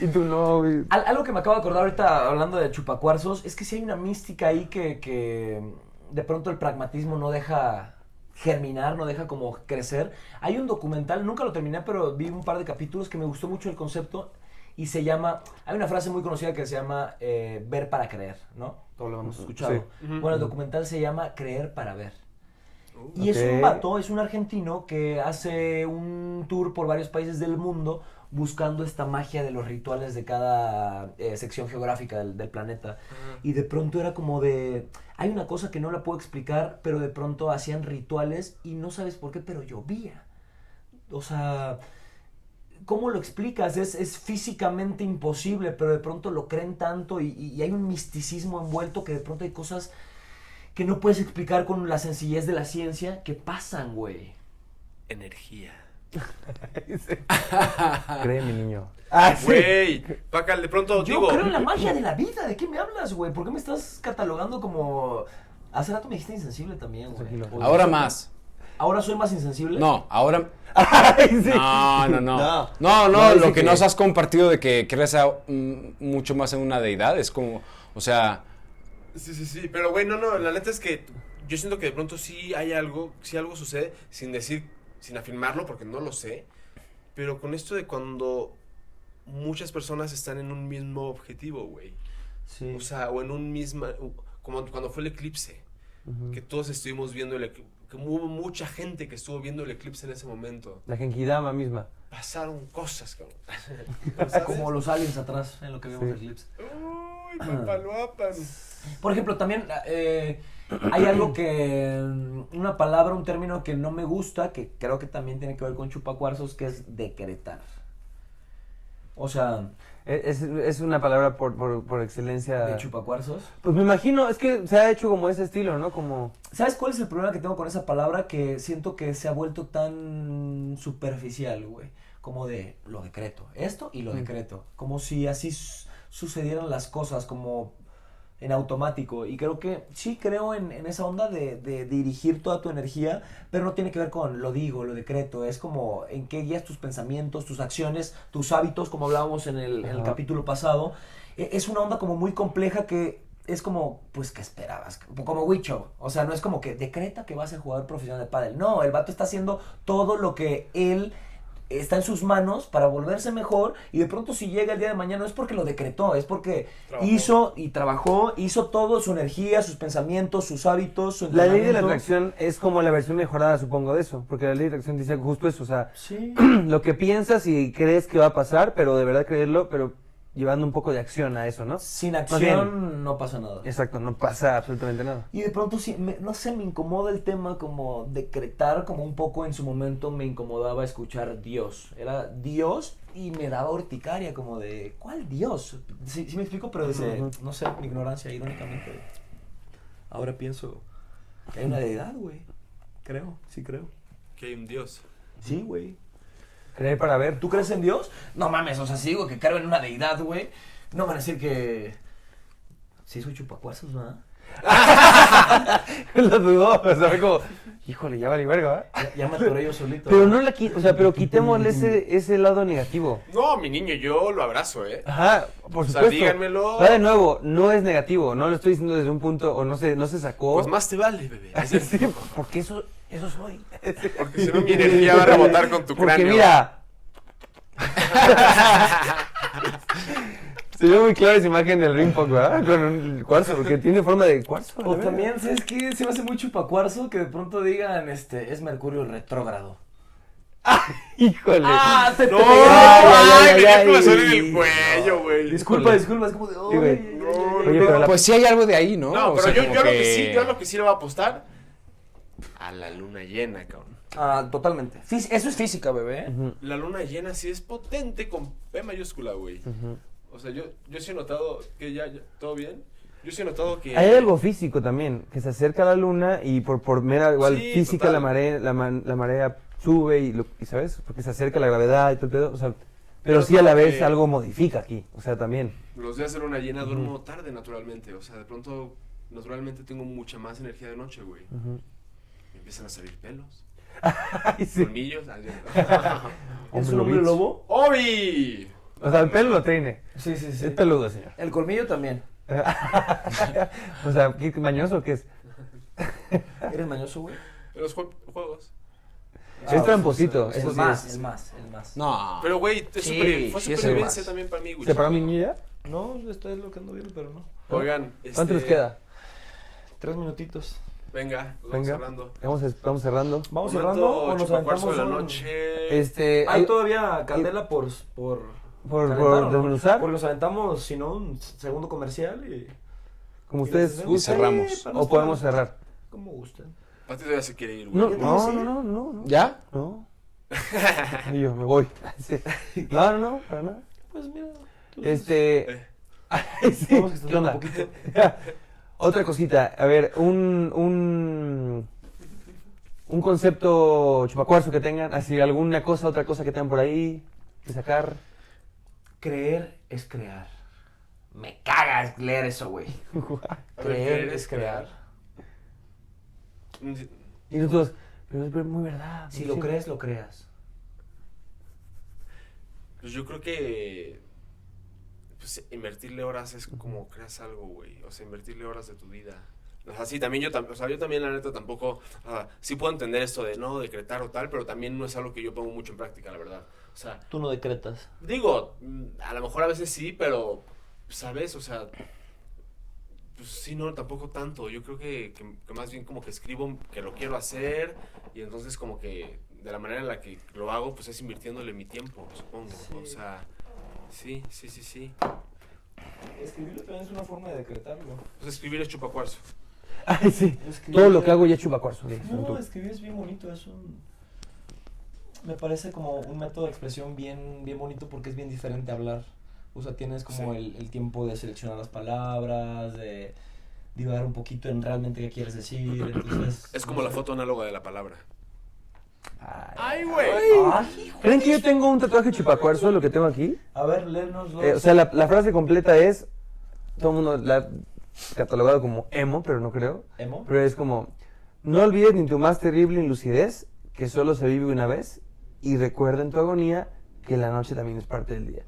S5: Y tú no, güey.
S4: Al- algo que me acabo de acordar ahorita hablando de chupacuarzos es que sí hay una mística ahí que, que de pronto el pragmatismo no deja germinar, no deja como crecer. Hay un documental, nunca lo terminé, pero vi un par de capítulos que me gustó mucho el concepto y se llama, hay una frase muy conocida que se llama eh, ver para creer, ¿no? Todo lo hemos escuchado. Bueno, el documental se llama Creer para ver. Y es un
S5: Ok.
S4: vato es un argentino que hace un tour por varios países del mundo buscando esta magia de los rituales de cada eh, sección geográfica del, del planeta. Y de pronto era como de, hay una cosa que no la puedo explicar, pero de pronto hacían rituales y no sabes por qué, pero llovía. O sea, ¿cómo lo explicas? Es, es físicamente imposible, pero de pronto lo creen tanto y, y- y hay un misticismo envuelto que de pronto hay cosas que no puedes explicar con la sencillez de la ciencia que pasan, güey.
S2: Energía.
S5: Cree, mi niño.
S2: Güey, Pacal, de pronto
S4: Yo
S2: digo.
S4: creo en la magia de la vida. ¿De qué me hablas, güey? ¿Por qué me estás catalogando como... Hace rato me dijiste insensible también, güey.
S5: Tranquilo.
S4: O-
S3: Ahora más.
S4: ¿Ahora soy más insensible?
S3: No, ahora
S5: Ay, sí.
S3: No, no, no.
S5: No.
S3: No, no,
S5: No,
S3: lo
S5: dice
S3: que,
S5: que-
S3: nos has compartido de que crees a- mm, mucho más en una deidad es como, o sea,
S2: Sí, sí, sí. Pero, güey, no, no. La neta es que yo siento que de pronto sí hay algo, sí algo sucede, sin decir, sin afirmarlo, porque no lo sé. Pero con esto de cuando muchas personas están en un mismo objetivo, güey.
S4: Sí.
S2: O sea, o en un mismo. Como cuando fue el eclipse. Que todos estuvimos viendo el eclipse. Que hubo mucha gente que estuvo viendo el eclipse en ese momento.
S5: La genkidama misma.
S2: pasaron cosas, cabrón.
S4: Como los aliens atrás, en lo que vemos en el clips.
S2: Uy, papaloapan.
S4: Por ejemplo, también eh, hay algo que. mm, Una palabra, un término que no me gusta, que creo que también tiene que ver con chupacuarzos, que es decretar. O sea,
S5: E, Es, es una palabra por, por, por excelencia.
S4: de chupacuarzos.
S5: Pues me imagino, es que se ha hecho como ese estilo, ¿no? Como.
S4: ¿Sabes cuál es el problema que tengo con esa palabra? Que siento que se ha vuelto tan superficial, güey. Como de lo decreto. Esto y lo decreto. Como si así su- sucedieran las cosas, como en automático. Y creo que sí creo en, en esa onda de, de dirigir toda tu energía, pero no tiene que ver con lo digo, lo decreto. Es como en qué guías tus pensamientos, tus acciones, tus hábitos, como hablábamos en el, en el
S5: Ajá.
S4: capítulo pasado. E- Es una onda como muy compleja que es como, pues, ¿qué esperabas? Como Wicho. O sea, no es como que decreta que va a ser jugador profesional de pádel. No, el vato está haciendo todo lo que él está en sus manos para volverse mejor y de pronto si llega el día de mañana no es porque lo decretó, es porque
S2: Trabajó.
S4: hizo y trabajó, hizo todo, su energía, sus pensamientos, sus hábitos, su
S5: La ley de la
S4: entrenamiento.
S5: atracción es como la versión mejorada, supongo, de eso. Porque la ley de atracción dice justo eso, o sea,
S4: Sí.
S5: lo que piensas y crees que va a pasar, pero de verdad creerlo, pero llevando un poco de acción a eso, ¿no?
S4: Sin
S5: Más
S4: acción no pasa nada.
S5: Exacto, no pasa absolutamente nada.
S4: Y de pronto, sí, me- no sé, me incomoda el tema como decretar, como un poco en su momento me incomodaba escuchar Dios. Era Dios y me daba urticaria, como de, ¿cuál Dios? Sí, sí me explico, pero desde,
S5: Ujú.
S4: no sé, mi ignorancia, irónicamente. Ahora pienso que hay una deidad, güey. Creo, sí creo.
S2: Que hay un dios.
S4: Sí, güey.
S5: Creer para ver.
S4: ¿Tú crees en Dios? No mames, o sea, sí, güey, que creo en una deidad, güey. No van a decir que... Sí, soy chupacuazos, ¿verdad?
S5: lo dudó, o sea, fue como, híjole, ya vale verga, ¿eh?
S4: Ya, ya me atoré yo solito.
S5: Pero no la qui- o sea, pero quitémosle ese, ese lado negativo.
S2: No, mi niño, yo lo abrazo, ¿eh?
S5: Ajá, por
S2: O sea,
S5: supuesto.
S2: díganmelo.
S5: Va de nuevo, no es negativo, no lo estoy diciendo desde un punto, o no se, no se sacó.
S2: Pues más te vale, bebé.
S5: Sí, porque eso, eso soy.
S2: Porque si no, mi energía va a rebotar con tu
S5: Porque
S2: cráneo.
S5: mira. Se ve muy clara esa imagen del ring pop, ¿verdad? Con un cuarzo, porque tiene forma de cuarzo. la
S4: O
S5: verdad.
S4: también, ¿sabes qué? Se me hace mucho pacuarzo que de pronto digan, este, es Mercurio retrógrado.
S5: Híjole.
S4: Ah, te,
S2: No,
S5: Ay, ay,
S2: ay, me
S5: ay,
S2: dio comezón en
S5: ay.
S2: el cuello, güey.
S4: Disculpa, disculpa, es como de,
S5: Sí, güey.
S4: "Ay, ay, ay, ay".
S5: Oye, pero la-
S3: Pues sí hay algo de ahí, ¿no?
S2: No,
S3: O
S2: pero
S3: sea,
S2: yo,
S3: como
S2: yo lo que sí, yo lo que sí le voy a apostar a la luna llena, cabrón.
S4: Ah, totalmente. Fis- eso es física, bebé. ¿eh?
S2: La luna llena sí es potente con P mayúscula, güey. O sea, yo, yo sí he notado que ya, ya- todo bien. Yo sí he notado que
S5: Hay algo físico también, que se acerca a la luna y por, por mera igual
S2: Sí,
S5: física
S2: total.
S5: la marea, la, man- la marea sube y, lo- y, ¿sabes? Porque se acerca la gravedad y todo el pedo, o sea, pero
S2: Pero
S5: sí a la
S2: como
S5: vez
S2: que-
S5: algo modifica aquí, o sea, también.
S2: los días de luna llena duermo tarde naturalmente. O sea, de pronto, naturalmente tengo mucha más energía de noche, güey. Me empiezan a salir pelos,
S5: Ay, sí.
S2: tornillos.
S4: ¿Es
S5: Hombre
S4: un hombre
S5: lobo.
S4: lobo?
S2: ¡Obi!
S5: O sea, el pelo lo tiene.
S4: Sí, sí,
S5: Es
S4: sí.
S5: peludo, señor.
S4: El colmillo también.
S5: o sea, ¿qué mañoso que es?
S4: ¿Eres mañoso, güey?
S2: En los jue- juegos. Ah, pues,
S5: es tramposito.
S4: Es
S5: eso sí
S4: más,
S5: es.
S4: pues, es más, es más.
S3: No.
S2: Pero, güey, es
S4: Sí,
S2: supervi- fue
S4: sí es
S2: supervivencia
S4: más.
S2: también para mí, güey.
S5: ¿Se paró mi niña?
S4: No, estoy lo que ando viendo, pero no.
S2: Oigan, este,
S5: ¿Cuánto nos queda?
S4: Tres minutitos.
S2: Venga, nos vamos
S5: Venga.
S2: cerrando.
S5: Vamos, es- vamos cerrando.
S4: ¿Vamos
S2: Momento
S4: cerrando o nos
S2: chupacuarzo
S4: aventamos
S2: de la
S4: un-
S2: noche.
S5: Este,
S4: Hay
S5: hay-
S4: todavía candela por... por...
S5: por,
S4: Calentar,
S5: por
S4: ¿o no?
S5: desmenuzar,
S4: Porque nos aventamos, si no, un segundo comercial y
S5: como
S4: y
S5: ustedes
S4: les-
S3: Y
S5: gusten,
S3: cerramos.
S4: cerramos.
S5: o podemos cerrar.
S4: como gusten.
S2: Pati todavía se quiere ir, güey.
S5: No, no, no, no, no, no.
S3: ¿Ya?
S5: No. Y yo me voy. Sí. No, no, no, para nada.
S4: Pues mira,
S5: Este.
S2: Eh.
S5: Ay, sí.
S4: Vamos que se
S5: ¿Qué
S4: tarda
S5: onda?
S4: un poquito.
S5: Otra cosita. A ver, un. un un concepto chupacuarzo que tengan, así alguna cosa, otra cosa que tengan por ahí, que sacar.
S4: creer es crear. Me cagas leer eso, güey.
S2: A ver,
S4: Creer es crear.
S2: Mm,
S5: Y nosotros, pero es muy verdad.
S4: Si
S5: muy
S4: lo
S5: cierto.
S4: crees, lo creas.
S2: Pues yo creo que. Pues invertirle horas es como creas algo, güey. O sea, invertirle horas de tu vida. O sea, sí, también yo, tam- o sea, yo también, la neta, tampoco. ah, sí puedo entender esto de no decretar o tal, pero también no es algo que yo pongo mucho en práctica, la verdad. O sea,
S4: Tú no decretas.
S2: Digo, mm, a lo mejor a veces sí, pero, ¿sabes? O sea, pues sí, no, tampoco tanto. Yo creo que, que- que más bien como que escribo que lo quiero hacer y entonces como que de de la manera en la que lo hago, pues es invirtiéndole mi tiempo, supongo. O sea, sí, sí, sí, sí.
S7: Escribirlo también es una forma de decretarlo.
S2: Pues escribir es chupacuarzo.
S5: Ay, sí.
S7: Escribir-
S5: Todo lo que hago ya es chupacuarzo.
S7: No, escribir es bien bonito, es un... Me parece como un método de expresión bien, bien bonito porque es bien diferente a hablar. O sea, tienes como el, el tiempo de seleccionar las palabras, de divagar un poquito en realmente qué quieres decir, entonces...
S2: Es como la foto análoga de la palabra.
S9: ¡Ay, güey!
S5: ¿Creen que yo tengo un tatuaje chupacuarzo, lo que tengo aquí?
S7: A ver, léenoslo.
S5: Eh, o sea, la, la frase completa es. Todo el mundo la ha catalogado como emo, pero no creo.
S7: ¿Emo?
S5: Pero es como. No olvides ni tu más terrible lucidez, que solo se vive una vez, y recuerda en tu agonía que la noche también es parte del día.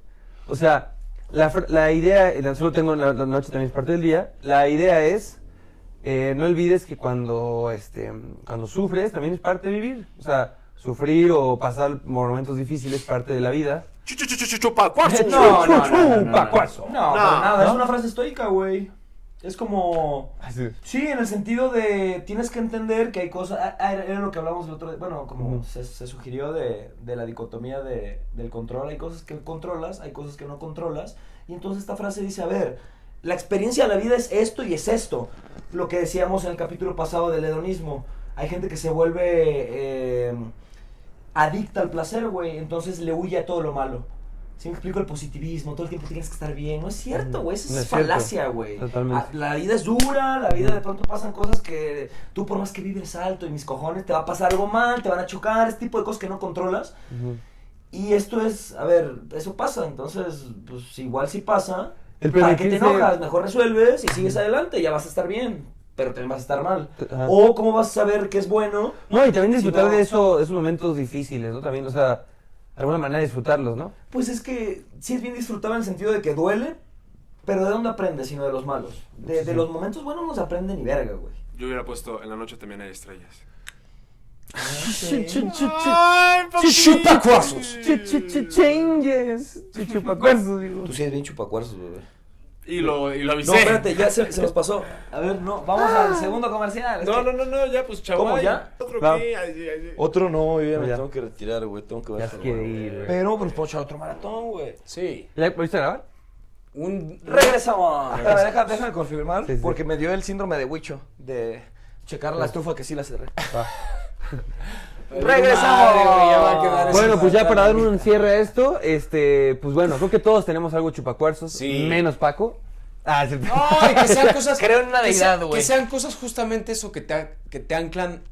S5: O sea, la, fr- la idea, y la- solo tengo la, la noche también es parte del día, la idea es, eh, no olvides que cuando, este, cuando sufres también es parte de vivir. O sea, sufrir o pasar momentos difíciles es parte de la vida.
S2: Chu, chu, chu, chu, chu, Chupacuarzo.
S7: No, no, no, no, no, no, no.
S5: Chupacuarzo.
S7: No, para nada, es una frase estoica, güey. Es como... Sí, en el sentido de tienes que entender que hay cosas. ah, ah, era, era lo que hablamos el otro día. Bueno, como
S5: Ujú.
S7: se, se sugirió de, de la dicotomía de, del control. Hay cosas que controlas, hay cosas que no controlas. Y entonces esta frase dice: A ver, la experiencia de la vida es esto y es esto. Lo que decíamos en el capítulo pasado del hedonismo. Hay gente que se vuelve eh, adicta al placer, güey. Entonces le huye a todo lo malo. Si me explico el positivismo, todo el tiempo tienes que estar bien. No es cierto, güey. Esa
S5: No
S7: es,
S5: es cierto.
S7: falacia, güey.
S5: Totalmente.
S7: Ah, la vida es dura, la vida de pronto pasan cosas que tú por más que vives alto y mis cojones te va a pasar algo mal, te van a chocar, este tipo de cosas que no controlas. Y esto es, a ver, eso pasa, entonces, pues igual si pasa,
S5: El
S7: ¿para qué te
S5: permitirse-
S7: enojas? Mejor resuelves y sigues adelante, ya vas a estar bien, pero también vas a estar mal.
S5: Ajá.
S7: O cómo vas a saber que es bueno.
S5: No, y también disfrutar
S7: Si no-
S5: de, eso, de esos momentos difíciles, ¿no? También, o sea, de alguna manera disfrutarlos, ¿no?
S7: Pues es que sí es bien disfrutable en el sentido de que duele, pero ¿de dónde aprendes sino de los malos? De, de los momentos buenos no se aprende ni verga, güey.
S2: Yo hubiera puesto en la noche también hay estrellas.
S3: Chupacuarzos.
S5: Changes. Chupacuerzos, digo.
S7: Tú sí eres bien chupacuarzos, güey.
S2: Y lo, y lo avisé.
S7: No, espérate, ya se, se nos pasó. A ver, no, vamos al segundo comercial. es
S2: No,
S7: que-
S2: no, no, no, ya, pues chaval.
S7: ¿Cómo, ya?
S2: ¿Otro
S5: No.
S2: qué? Ay, ay, ay.
S7: Otro no, yo ya
S5: me
S7: me
S5: Ya.
S7: tengo
S5: tengo
S7: que retirar, güey. Tengo que
S5: Ya se quiere ir, güey.
S7: Pero pues puedo echar otro maratón, güey.
S2: Sí.
S5: ¿Ya volviste a grabar?
S2: Un.
S7: Regresamos. Espera, deja, déjame confirmar.
S5: Sí, sí.
S7: Porque me dio el síndrome de Huicho. De checar la estufa que sí la cerré.
S2: Madre, güey, ya va a quedar
S7: Regresamos.
S2: eso.
S5: Bueno, pues ya para dar un cierre a esto, este, pues bueno, creo que todos tenemos algo chupacuerzos,
S2: Sí.
S5: menos Paco. Ah, es cierto.
S3: Ay, que sean cosas.
S7: Creo en una
S3: que sean-
S7: deidad, güey.
S3: Que sean cosas justamente eso que te, a- que te anclan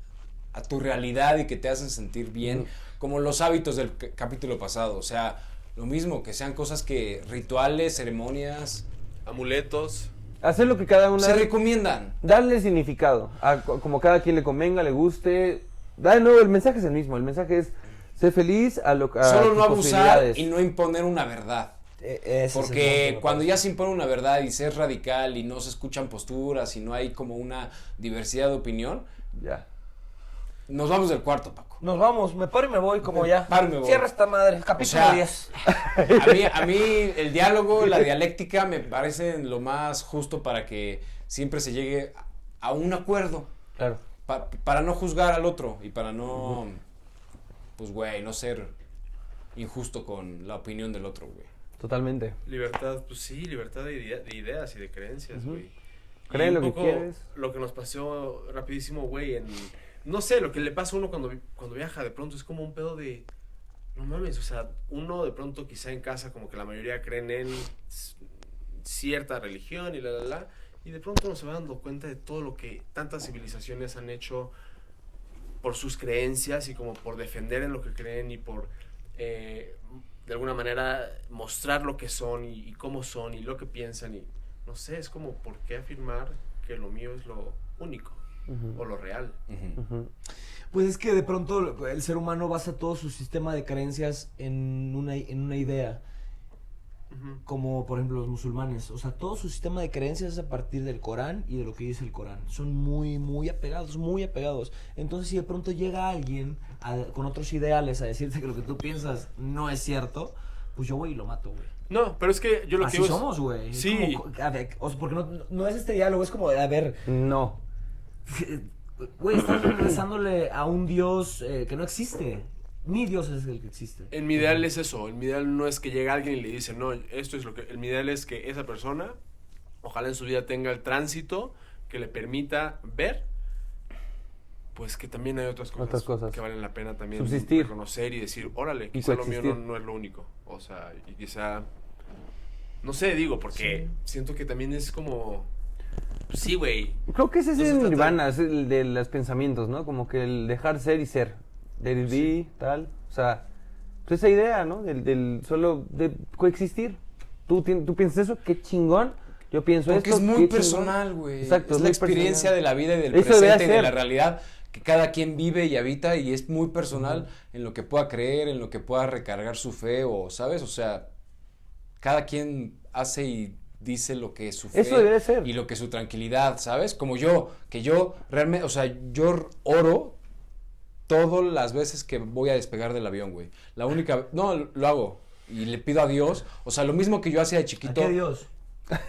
S3: a tu realidad y que te hacen sentir bien, como los hábitos del c- capítulo pasado. O sea, lo mismo, que sean cosas que rituales, ceremonias,
S2: Amuletos.
S5: Hacer lo que cada uno
S3: se recomiendan.
S5: darle significado, a co- como cada quien le convenga, le guste. Da de nuevo, el mensaje es el mismo, el mensaje es ser feliz a lo que
S3: Solo no abusar y no imponer una verdad. Porque cuando ya se impone una verdad y se es radical y no se escuchan posturas y no hay como una diversidad de opinión,
S5: Ya.
S3: nos vamos del cuarto, Paco.
S7: Nos vamos, me paro y me voy como ya.
S3: paro y me voy.
S7: Cierra esta madre, capítulo
S3: O sea,
S7: 10.
S3: A mí, a mí el diálogo, la dialéctica me parecen lo más justo para que siempre se llegue a- a un acuerdo,
S5: Claro.
S3: pa- para no juzgar al otro y para no, pues güey, no ser injusto con la opinión del otro, güey.
S5: Totalmente.
S2: Libertad, pues sí, libertad de, idea- de ideas y de creencias, güey. Y
S5: Cree
S2: un
S5: lo que
S2: poco
S5: quieres.
S2: Lo que nos pasó rapidísimo, güey, en... No sé, lo que le pasa a uno cuando, vi- cuando viaja de pronto es como un pedo de... No mames, o sea, uno de pronto quizá en casa como que la mayoría creen en s- cierta religión y la, la, la. Y de pronto uno se va dando cuenta de todo lo que tantas civilizaciones han hecho por sus creencias y como por defender en lo que creen y por eh, de alguna manera mostrar lo que son y, y cómo son y lo que piensan y no sé, es como por qué afirmar que lo mío es lo único o lo real.
S5: Ujú.
S7: Pues es que de pronto el ser humano basa todo su sistema de creencias en una, en una idea,
S2: Ujú.
S7: como por ejemplo los musulmanes. O sea, todo su sistema de creencias es a partir del Corán y de lo que dice el Corán. Son muy, muy apegados, muy apegados. Entonces, si de pronto llega alguien a- con otros ideales a decirte que lo que tú piensas no es cierto, pues yo voy y lo mato, güey.
S2: No, pero es que yo lo que
S7: Así
S2: digo es-
S7: somos, güey. Es
S2: Sí.
S7: como, a ver, o sea, porque no, no es este diálogo, es como, de, a ver,
S5: No.
S7: Güey, estás rezándole a un dios eh, que no existe. Mi Dios es el que existe.
S2: En mi ideal es eso. En mi ideal no es que llegue alguien y le dice, no, esto es lo que. En mi ideal es que esa persona, ojalá en su vida tenga el tránsito que le permita ver, pues que también hay otras cosas,
S5: Otras cosas.
S2: que valen la pena también
S5: Subsistir.
S2: reconocer y decir, órale, quizá lo mío no,
S5: coexistir.
S2: no es lo único. O sea, y quizá. No sé, digo, porque siento que también es como. pues sí, güey.
S5: Creo que ese es
S2: No se trata
S5: el
S2: de-
S5: nirvana, es el de los pensamientos, ¿no? Como que el dejar ser y ser. Del be, tal. O sea, pues esa idea, ¿no? Del, del solo de coexistir. ¿Tú, tien- tú piensas eso, qué chingón. Yo pienso
S3: Porque
S5: esto,
S3: es muy
S5: qué chingón.
S3: personal, güey.
S5: Exacto,
S3: Es la
S5: muy
S3: experiencia
S5: personal.
S3: de la vida y del
S5: Eso debería
S3: presente y de
S5: ser.
S3: la realidad que cada quien vive y habita y es muy personal en lo que pueda creer, en lo que pueda recargar su fe o, ¿sabes? O sea, cada quien hace y dice lo que es su fe
S5: Eso debería ser.
S3: y lo que es su tranquilidad, ¿sabes? Como yo, que yo realmente, o sea, yo oro todas las veces que voy a despegar del avión, güey. La única, no, lo hago y le pido a Dios, o sea, lo mismo que yo hacía de
S7: ¿A
S3: chiquito,
S7: qué Dios?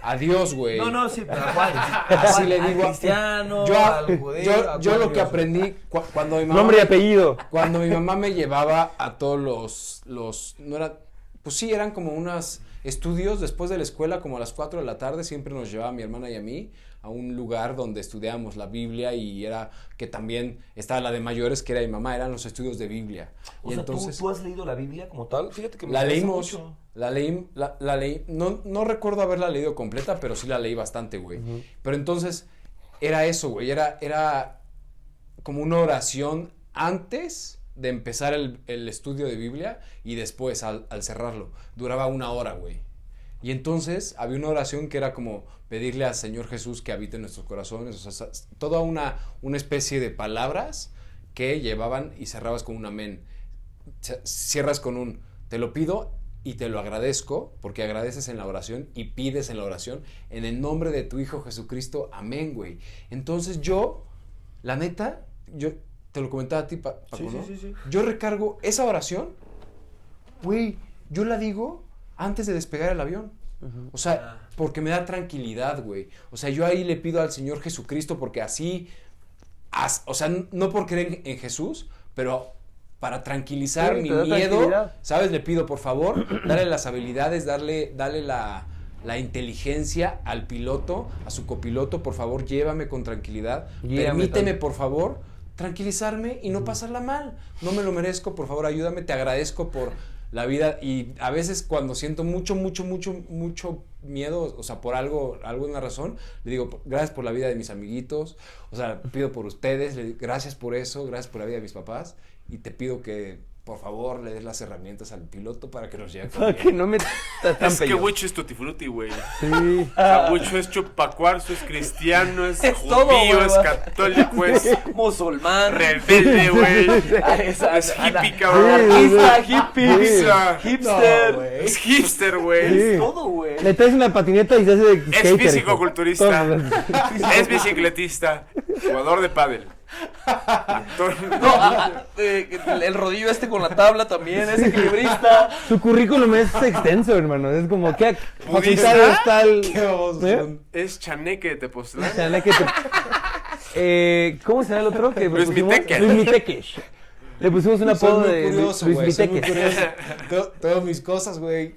S3: a Dios, güey.
S7: No, no, sí, pero ¿a cuál? ¿A
S3: Así
S7: cuál?
S3: le
S7: ¿Al
S3: digo a-
S7: cristiano,
S3: yo,
S7: al judío.
S3: yo-
S7: ¿A
S3: yo
S7: cuál
S3: lo que
S7: Dios?
S3: aprendí cu- cuando mi mamá
S5: Nombre y apellido.
S3: cuando mi mamá me llevaba a todos los los no era pues sí eran como unos estudios después de la escuela como a las 4 de la tarde siempre nos llevaba a mi hermana y a mí a un lugar donde estudiábamos la Biblia y era que también estaba la de mayores que era mi mamá eran los estudios de Biblia
S7: O
S3: y
S7: sea, ¿tú-
S3: entonces
S7: ¿tú, has leído la Biblia como tal? Fíjate que me
S3: la
S7: interesa
S3: leímos.
S7: mucho.
S3: La leí, la, la leí. No, no recuerdo haberla leído completa, pero sí la leí bastante, güey. Pero entonces, era eso, güey. Era, era como una oración antes de empezar el, el estudio de Biblia y después al, al cerrarlo. Duraba una hora, güey. Y entonces había una oración que era como pedirle al Señor Jesús que habite en nuestros corazones, o sea, sa- toda una, una especie de palabras que llevaban y cerrabas con un amén se- cierras con un te lo pido y te lo agradezco, porque agradeces en la oración y pides en la oración, en el nombre de tu Hijo Jesucristo, amén, güey. Entonces yo, la neta, yo te lo comentaba a ti, Pa- Paco, ¿no? Yo recargo esa oración, güey, yo la digo antes de despegar el avión. O sea, porque me da tranquilidad, güey. O sea, yo ahí le pido al Señor Jesucristo porque así as- o sea, n- no por creer en- en Jesús, pero para tranquilizar
S5: Sí,
S3: mi
S5: te da
S3: miedo,
S5: tranquilidad.
S3: ¿sabes? Le pido, por favor, darle las habilidades, darle, darle la, la inteligencia al piloto, a su copiloto, por favor, llévame con tranquilidad,
S5: Guíame
S3: permíteme,
S5: también.
S3: por favor, tranquilizarme y no pasarla mal, no me lo merezco, por favor, ayúdame, te agradezco por la vida y a veces cuando siento mucho, mucho, mucho, mucho miedo, o sea, por algo, alguna razón, le digo, gracias por la vida de mis amiguitos, o sea, pido por ustedes, le- gracias por eso, gracias por la vida de mis papás y te pido que por favor le des las herramientas al piloto para que nos lleve. con
S5: Para
S3: bien.
S5: que no me
S2: Es que
S5: tampeyo.
S2: Wicho es Tutti Frutti, güey.
S5: Sí.
S2: O sea, Wicho es chupacuarzo, es cristiano, es,
S7: Ah. Es
S2: judío,
S7: todo, güey,
S2: es
S7: va.
S2: católico, es
S7: Musulmán.
S2: rebelde, güey.
S7: Ah, esa-
S2: Es
S7: Ana.
S2: hippie, cabrón.
S7: Artista, hippie,
S5: Sí.
S2: Pizza.
S7: hipster.
S2: Es hipster, güey.
S5: Sí.
S7: Todo, güey.
S5: Le traes una patineta y se hace de
S2: Es
S5: skater,
S2: físico-culturista.
S5: hijo. Todo.
S2: Es bicicletista. Jugador de pádel. Actor.
S7: No, a- a- eh, el rodillo este con la tabla también, es equilibrista.
S5: Su currículum es extenso, hermano. Es como que
S2: ¿Budista?
S5: facultad
S2: ¿Ah?
S5: es tal.
S3: Qué oso.
S5: ¿Eh?
S2: Es chaneque de Tepoztlán.
S5: O sea, la que te- Eh, ¿Cómo se llama el otro? Que
S2: Luis
S5: pusimos?
S2: Miteques.
S5: Luis Miteques. Le pusimos un
S3: Soy
S5: apodo
S3: muy
S5: de
S3: curioso,
S5: Luis
S3: güey, soy muy
S5: Miteques.
S3: curioso. Tengo- Tengo mis cosas, güey.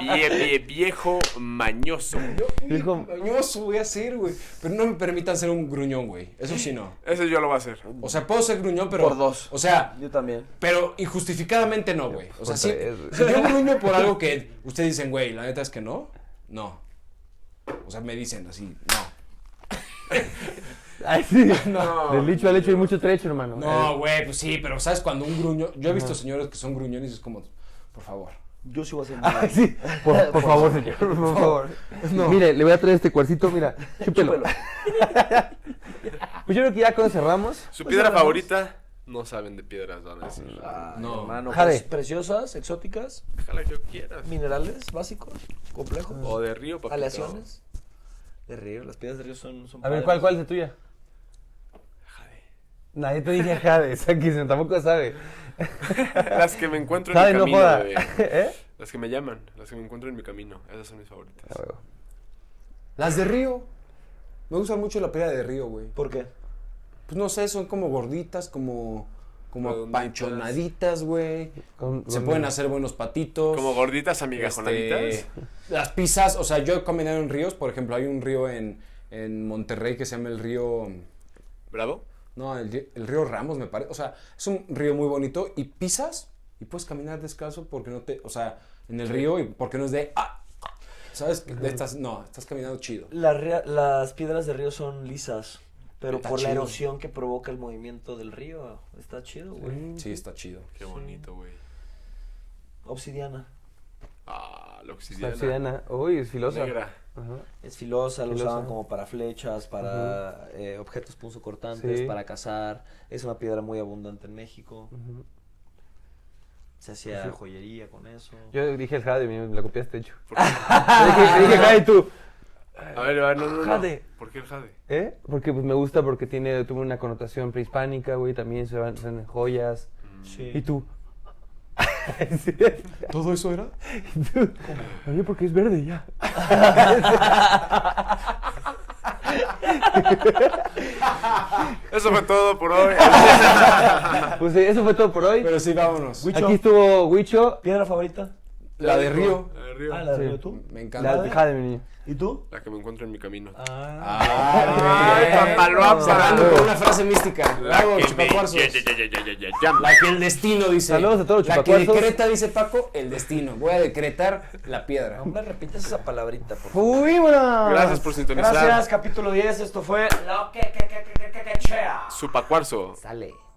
S2: Vie- vie- viejo mañoso.
S5: Dijo,
S3: Gruñoso voy a ser, güey. Pero no me permitan ser un gruñón, güey. Eso sí no.
S2: Eso yo lo voy a hacer.
S3: O sea, puedo ser gruñón, pero.
S7: Por dos.
S3: O sea,
S7: Yo también.
S3: pero injustificadamente no, güey. O sea, sí.
S5: tres, güey.
S3: Si yo gruño por algo que ustedes dicen, güey, la neta es que no, no. O sea, me dicen así, no.
S5: Ay, sí.
S2: No.
S5: Del dicho al hecho hay mucho trecho, hermano.
S3: No, güey, pues sí, pero ¿sabes cuando un gruño? Yo he visto señores que son gruñones y es como, por favor.
S7: Yo Ah, sí voy a ser
S5: Ay, sí. Por, por favor, señor. Por favor. Mire, le voy a traer este cuarcito, mira. Chúpelo. pues yo creo que ya con eso cerramos.
S2: Su
S7: Pues
S2: piedra favorita. No saben de piedras, van a decir.
S7: Ah.
S3: No.
S7: Mano,
S5: Jade.
S7: pues, preciosas, exóticas,
S2: Déjala que quieras.
S7: minerales básicos, complejos,
S2: O de río, papito.
S7: aleaciones. De río, las piedras de río son. son
S5: A ver,
S7: padres.
S5: ¿cuál, cuál es la tuya?
S2: Jade.
S5: Nadie te dije Jade, Sakis, tampoco sabe.
S2: Las que me encuentro en
S5: Sabe,
S2: mi
S5: no
S2: camino,
S5: joda.
S2: bebé.
S5: ¿Eh?
S2: Las que me llaman, las que me encuentro en mi camino. Esas son mis favoritas.
S3: Las de Río. Me gusta mucho la pelea de Río, güey.
S7: ¿Por qué?
S3: Pues no sé, son como gorditas, como. como panchonaditas, güey. Se pueden hacer buenos patitos.
S2: Como gorditas, amigas
S3: Este, las pizzas, o sea, yo he combinado en ríos, por ejemplo, hay un río en, en Monterrey que se llama el río,
S2: Bravo.
S3: no, el, ri- el río Ramos, me parece, o sea, es un río muy bonito y pisas y puedes caminar descalzo porque no te, o sea, en el río y porque no es de, ah, ¿sabes? De estas, no, estás caminando chido.
S7: La rea- las piedras del río son lisas, pero
S3: Está
S7: por la
S3: chido.
S7: erosión que provoca el movimiento del río, está chido, güey.
S5: Mm.
S3: Sí, está chido.
S2: Qué bonito, güey.
S7: Obsidiana.
S2: Ah, la
S5: La
S2: oxidiana.
S5: obsidiana. Uy, es filosa.
S2: Negra.
S5: Ajá.
S7: Es filosa, lo
S5: Filosa.
S7: usaban como para flechas, para eh, objetos punzocortantes,
S5: Sí.
S7: para cazar. Es una piedra muy abundante en México.
S5: Ujú.
S7: Se hacía
S5: Sí.
S7: joyería con eso.
S5: Yo dije el jade, me la copiaste, de hecho.
S2: ¿Por qué?
S5: Te dije, te dije jade tú.
S2: A ver, a ver, no, no, no.
S5: Jade.
S2: ¿Por qué el jade?
S5: ¿Eh? Porque pues me gusta porque tiene, tuvo una connotación prehispánica, güey, también se van, se hacen joyas.
S3: Mm.
S7: Sí.
S5: ¿Y tú? ¿Todo eso era? Oye, porque es verde ya.
S2: Eso fue todo por hoy.
S5: Pues eh, eso fue todo por hoy.
S3: Pero sí, vámonos.
S7: Huicho,
S5: Aquí estuvo Huicho.
S7: ¿Piedra favorita?
S3: La de río.
S2: Arriba.
S7: Ah, la
S5: Sí.
S7: de tú.
S3: Me
S5: La
S3: encanta.
S5: deja de mi niño.
S7: ¿Y tú?
S2: La que me encuentro en mi camino.
S7: Ah.
S3: Ay,
S2: Ay, papaloapa.
S3: Cerrando con una frase mística. Lago,
S2: me-
S3: chupacuarzos.
S2: ya, ya, ya, ya, ya, ya, ya.
S3: La que el destino dice.
S5: Saludos a todos los
S3: La que
S5: chupacuarzos.
S3: decreta, dice Paco, el destino. Voy a decretar la piedra.
S7: Hombre, repites esa palabrita, por favor.
S5: ¡Fubímonos!
S2: Gracias por sintonizar.
S7: Gracias, capítulo 10. Esto fue
S2: Supacuarzo.
S7: Sale.